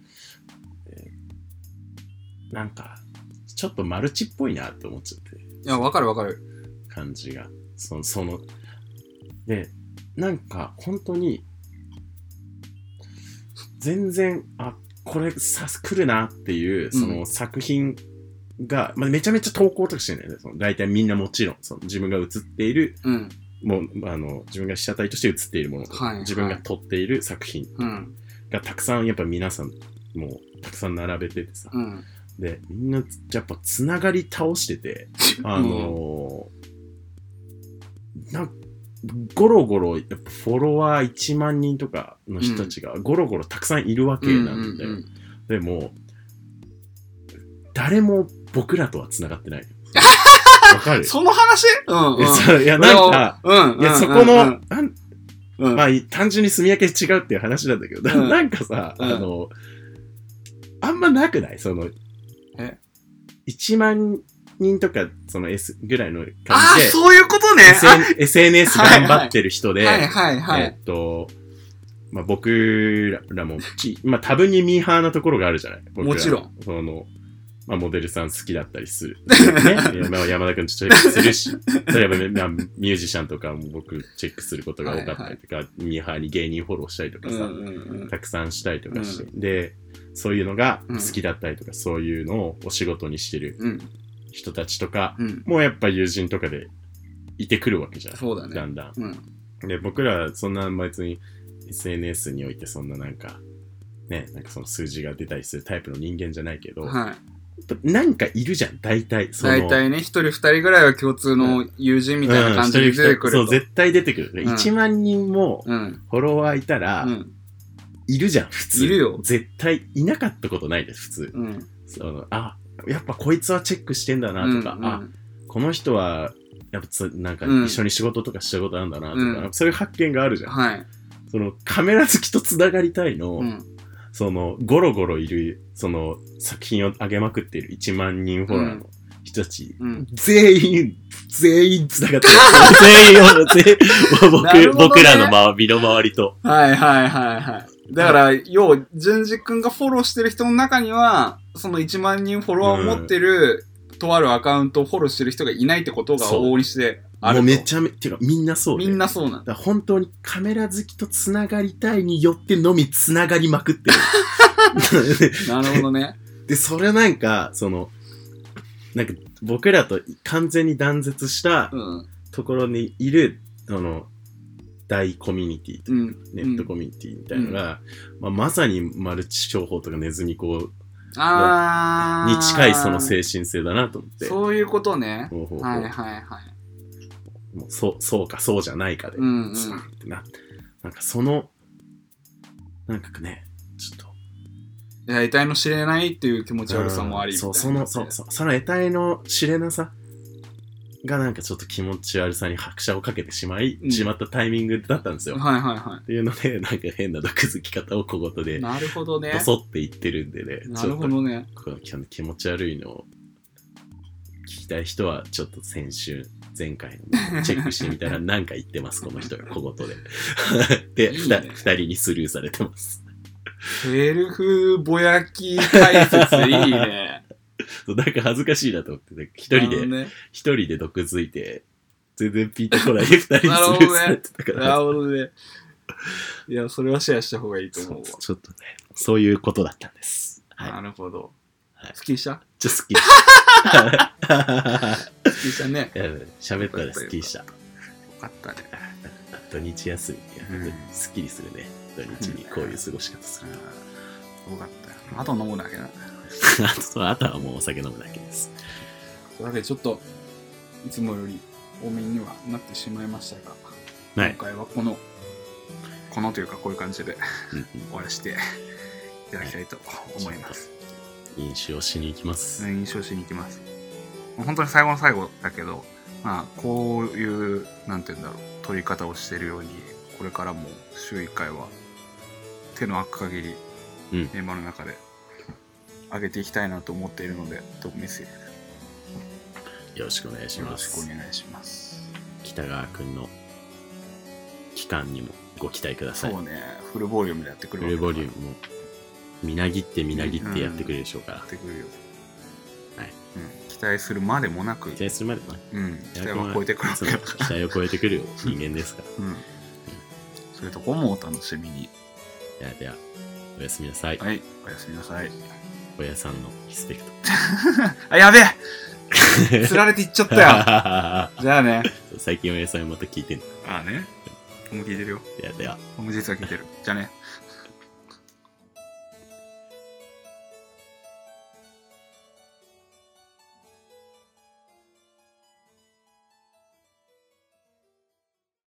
Speaker 5: なんか、ちょっとマルチっぽいなって思っちゃって、
Speaker 7: いや、わかるわかる。
Speaker 5: 感じが。その、その、で、なんか、本当に、全然、あ、これ、さ、来るなっていう、その作品が、まあ、めちゃめちゃ投稿とかしてるんだよね。その大体みんなもちろん、その自分が映っている、
Speaker 7: うん。
Speaker 5: もう、あの、自分が被写体として映っているものとか、
Speaker 7: はいはい
Speaker 5: 自分が撮っている作品
Speaker 7: うん。
Speaker 5: がたくさん、やっぱ皆さん、もう、たくさん並べててさ、
Speaker 7: うん。
Speaker 5: で、みんなつ、やっぱ、つながり倒し てて、あのー、なんゴロゴロ、やっぱフォロワー1万人とかの人たちが、ゴロゴロたくさんいるわけなんだよ。
Speaker 7: うん
Speaker 5: でも、誰も僕らとはつながって ない。わかる
Speaker 7: その話うん
Speaker 5: いや
Speaker 7: う
Speaker 5: そういや、
Speaker 7: ん。
Speaker 5: なんか、
Speaker 7: うん、うん。
Speaker 5: いや、そこ
Speaker 7: うん
Speaker 5: の、なん
Speaker 7: うん。
Speaker 5: まあ、単純に住み分け違うっていう話なんだけど、な
Speaker 7: うん
Speaker 5: なんかさ、
Speaker 7: うん
Speaker 5: あの、あんまなくないその、
Speaker 7: え
Speaker 5: 1万人とか、その S ぐらいの感
Speaker 6: ああ、
Speaker 5: じで、
Speaker 6: そういうことね。あ
Speaker 5: SN SNS 頑張ってる人で、
Speaker 7: はいはいは
Speaker 5: え
Speaker 7: い。
Speaker 5: っと、まあ、僕らもち、まあ、多分にミーハーなところがあるじゃない僕ら
Speaker 7: もちろん。
Speaker 5: その、まあ、モデルさん好きだったり する。ね、いやまあ山田君チェックするし、例えば、ねまあ、ミュージシャンとかも僕チェックすることが多かったりとか、ミーハーに芸人フォローしたりとか
Speaker 7: うん
Speaker 5: さ、
Speaker 7: うんうん。
Speaker 5: たくさんしたりとかして、で、そういうのが好きだったりとか、そういうのをお仕事にしてる
Speaker 7: うん。
Speaker 5: 人たちとか、
Speaker 7: うん。
Speaker 5: もうやっぱ友人とかでいてくるわけじゃん。
Speaker 7: そうだね
Speaker 5: だんだん。
Speaker 7: うん。
Speaker 5: で、僕ら、そんな別に SNS においてそんななんか、ね、なんかその数字が出たりするタイプの人間じゃないけど、やっ
Speaker 7: はい。
Speaker 5: ぱなんかいるじゃん、大体。その
Speaker 7: 大体ね、一人二人ぐらいは共通の友人みたいな感じ
Speaker 5: うん
Speaker 7: で
Speaker 5: 一人
Speaker 7: 出てく
Speaker 5: そう、
Speaker 7: ると。
Speaker 5: 絶対出てくる。で
Speaker 7: うん
Speaker 5: 1万人も
Speaker 7: うん。
Speaker 5: フォロワーいたら、
Speaker 7: うん。
Speaker 5: いるじゃん、普通。
Speaker 7: いるよ
Speaker 5: 絶対いなかったことないです、普通。
Speaker 7: うん。
Speaker 5: そのあ、やっぱこいつはチェックしてんだなとか、
Speaker 7: うん
Speaker 5: あ、この人は、やっぱつなんか
Speaker 7: うん
Speaker 5: 一緒に仕事とかしたことあるんだなとか、
Speaker 7: うん
Speaker 5: そういう発見があるじゃん。
Speaker 7: はい。
Speaker 5: そのカメラ好きとつながりたいの、
Speaker 7: うん。
Speaker 5: そのゴロゴロいるその作品を上げまくってる1万人フォロワーの人たち、
Speaker 7: うん。
Speaker 5: 全員全員つながってる全員を全
Speaker 7: な
Speaker 5: 員
Speaker 7: る
Speaker 5: 僕
Speaker 7: ほどね
Speaker 5: 僕らの周り身の周りと
Speaker 7: はいはいはいはい。だから、要は、淳二君がフォローしてる人の中には、その1万人フォロワーを持ってる、とあるアカウントをフォローしてる人がいないってことが
Speaker 5: そう
Speaker 7: 往々にしてある
Speaker 5: もう
Speaker 7: と。
Speaker 5: めちゃめっていうかみんなそうで
Speaker 7: みんなそうなんだ。
Speaker 5: だから本当にカメラ好きとつながりたいによってのみつながりまくってる
Speaker 7: なるほどね。
Speaker 5: でそれなんかそのなんか僕らと完全に断絶した
Speaker 7: うん。
Speaker 5: ところにいるその大コミュニティというか
Speaker 7: うん。
Speaker 5: ネットコミュニティみたいのが、まあ、まさにマルチ商法とかネズミ講
Speaker 7: あー
Speaker 5: に近いその精神性だなと思って。
Speaker 7: そういうことね。
Speaker 5: ほうほうほう
Speaker 7: はいはいはい。
Speaker 5: もうそうそうかそうじゃないかで、
Speaker 7: うんうん
Speaker 5: ズバンってななんかそのなんかねちょっ
Speaker 7: いや、遺体の知れないっていう気持
Speaker 5: と
Speaker 7: ち悪さもありみたい
Speaker 5: そ
Speaker 7: な
Speaker 5: うそのそうそうその得体の知れなさがなんかちょっと気持ち悪さに拍車をかけてしまい、
Speaker 7: うん
Speaker 5: しまったタイミングだったんですよ。
Speaker 7: はいはいは
Speaker 5: っていうので、なんか変な毒づき方を小言
Speaker 7: い。
Speaker 5: で、
Speaker 7: なるほどね
Speaker 5: ボ。ソって言ってるんでね、
Speaker 7: な
Speaker 5: ち
Speaker 7: る
Speaker 5: ょっ
Speaker 7: ほ
Speaker 5: と
Speaker 7: どね。
Speaker 5: この気持ち悪いのを聞きたい人は、ちょっと先週、前回のチェックしてみたら、なんか言ってます、この人が小言 で。で、
Speaker 7: いい
Speaker 5: ふ
Speaker 7: ね
Speaker 5: た二人にスルーされてます。
Speaker 7: セルフぼやき解説いいね。
Speaker 5: そうなんか恥ずかしいなと思って、なんか 一人
Speaker 7: なるほど
Speaker 5: で、
Speaker 7: ね。
Speaker 5: 一人で毒づいて、全然ピンとこないで二人にスル
Speaker 7: なるほど
Speaker 5: ー
Speaker 7: ね
Speaker 5: されてたから
Speaker 7: な。るほどね。いや、それはシェアした方がいいと思う
Speaker 5: そうちょっとね、そういうことだったんです。
Speaker 7: わ。
Speaker 5: は
Speaker 7: なるほど。
Speaker 5: はい
Speaker 7: スキーした
Speaker 5: い。ちょっと好き で した。
Speaker 7: スキーしたね。
Speaker 5: うん喋ったらスッキリした。
Speaker 7: よかったね。
Speaker 5: 土日休み。
Speaker 7: うん
Speaker 5: 本当にスッキリするね。土日にこういう過ごし方すると。
Speaker 7: うんよかったよ。あと飲むだけだ。
Speaker 5: あとそうあとはもうお酒飲むだけです。
Speaker 7: というわけでちょっといつもより多めにはなってしまいましたが、
Speaker 5: はい
Speaker 7: 今回はこのこのというかこういう感じで
Speaker 5: うんうん
Speaker 7: 終わらせていただきたいと思います、
Speaker 5: 飲酒をしに行きます。
Speaker 6: 印象しに行きます本当に最後の最後だけど、まあ、こういうなんて言うんだろう取り方をしてるようにこれからも週1回は手の空く限り
Speaker 5: うん
Speaker 6: メンバーの中で上げていきたいなと思っているのでどうもメッセー
Speaker 5: よろしくお願いし
Speaker 6: ジよ
Speaker 5: ま
Speaker 6: ろしくお
Speaker 5: す。
Speaker 6: 願いします
Speaker 5: 北川くんの期間にもご期待ください
Speaker 6: そ。うねフルボリュームでやってく
Speaker 5: フ
Speaker 6: る
Speaker 5: ルボリュ
Speaker 6: ム
Speaker 5: ームもみなぎってみなぎってやってくれるでしょうから
Speaker 6: やっ。てくるよ
Speaker 5: はい、
Speaker 6: うん、期待するまでもなく、
Speaker 5: 期待するまではね
Speaker 6: うん、期待は超えてくるわ
Speaker 5: そ
Speaker 6: け
Speaker 5: う
Speaker 6: だ
Speaker 5: 期
Speaker 6: から
Speaker 5: 待を超えてくる人間ですから。
Speaker 6: うん、そういうとこもお楽しみに。
Speaker 5: で はでは、おやすみなさい。
Speaker 6: はい、おやすみなさい。
Speaker 5: おやさんのリスペクト。
Speaker 7: あやべえ釣られていっちゃったよじゃあ ね
Speaker 5: 最近おやさんまた聞いてる。
Speaker 6: ああね。もう聞いてるよ。
Speaker 5: ではでは。
Speaker 6: もう実は聞いてる。じゃあね。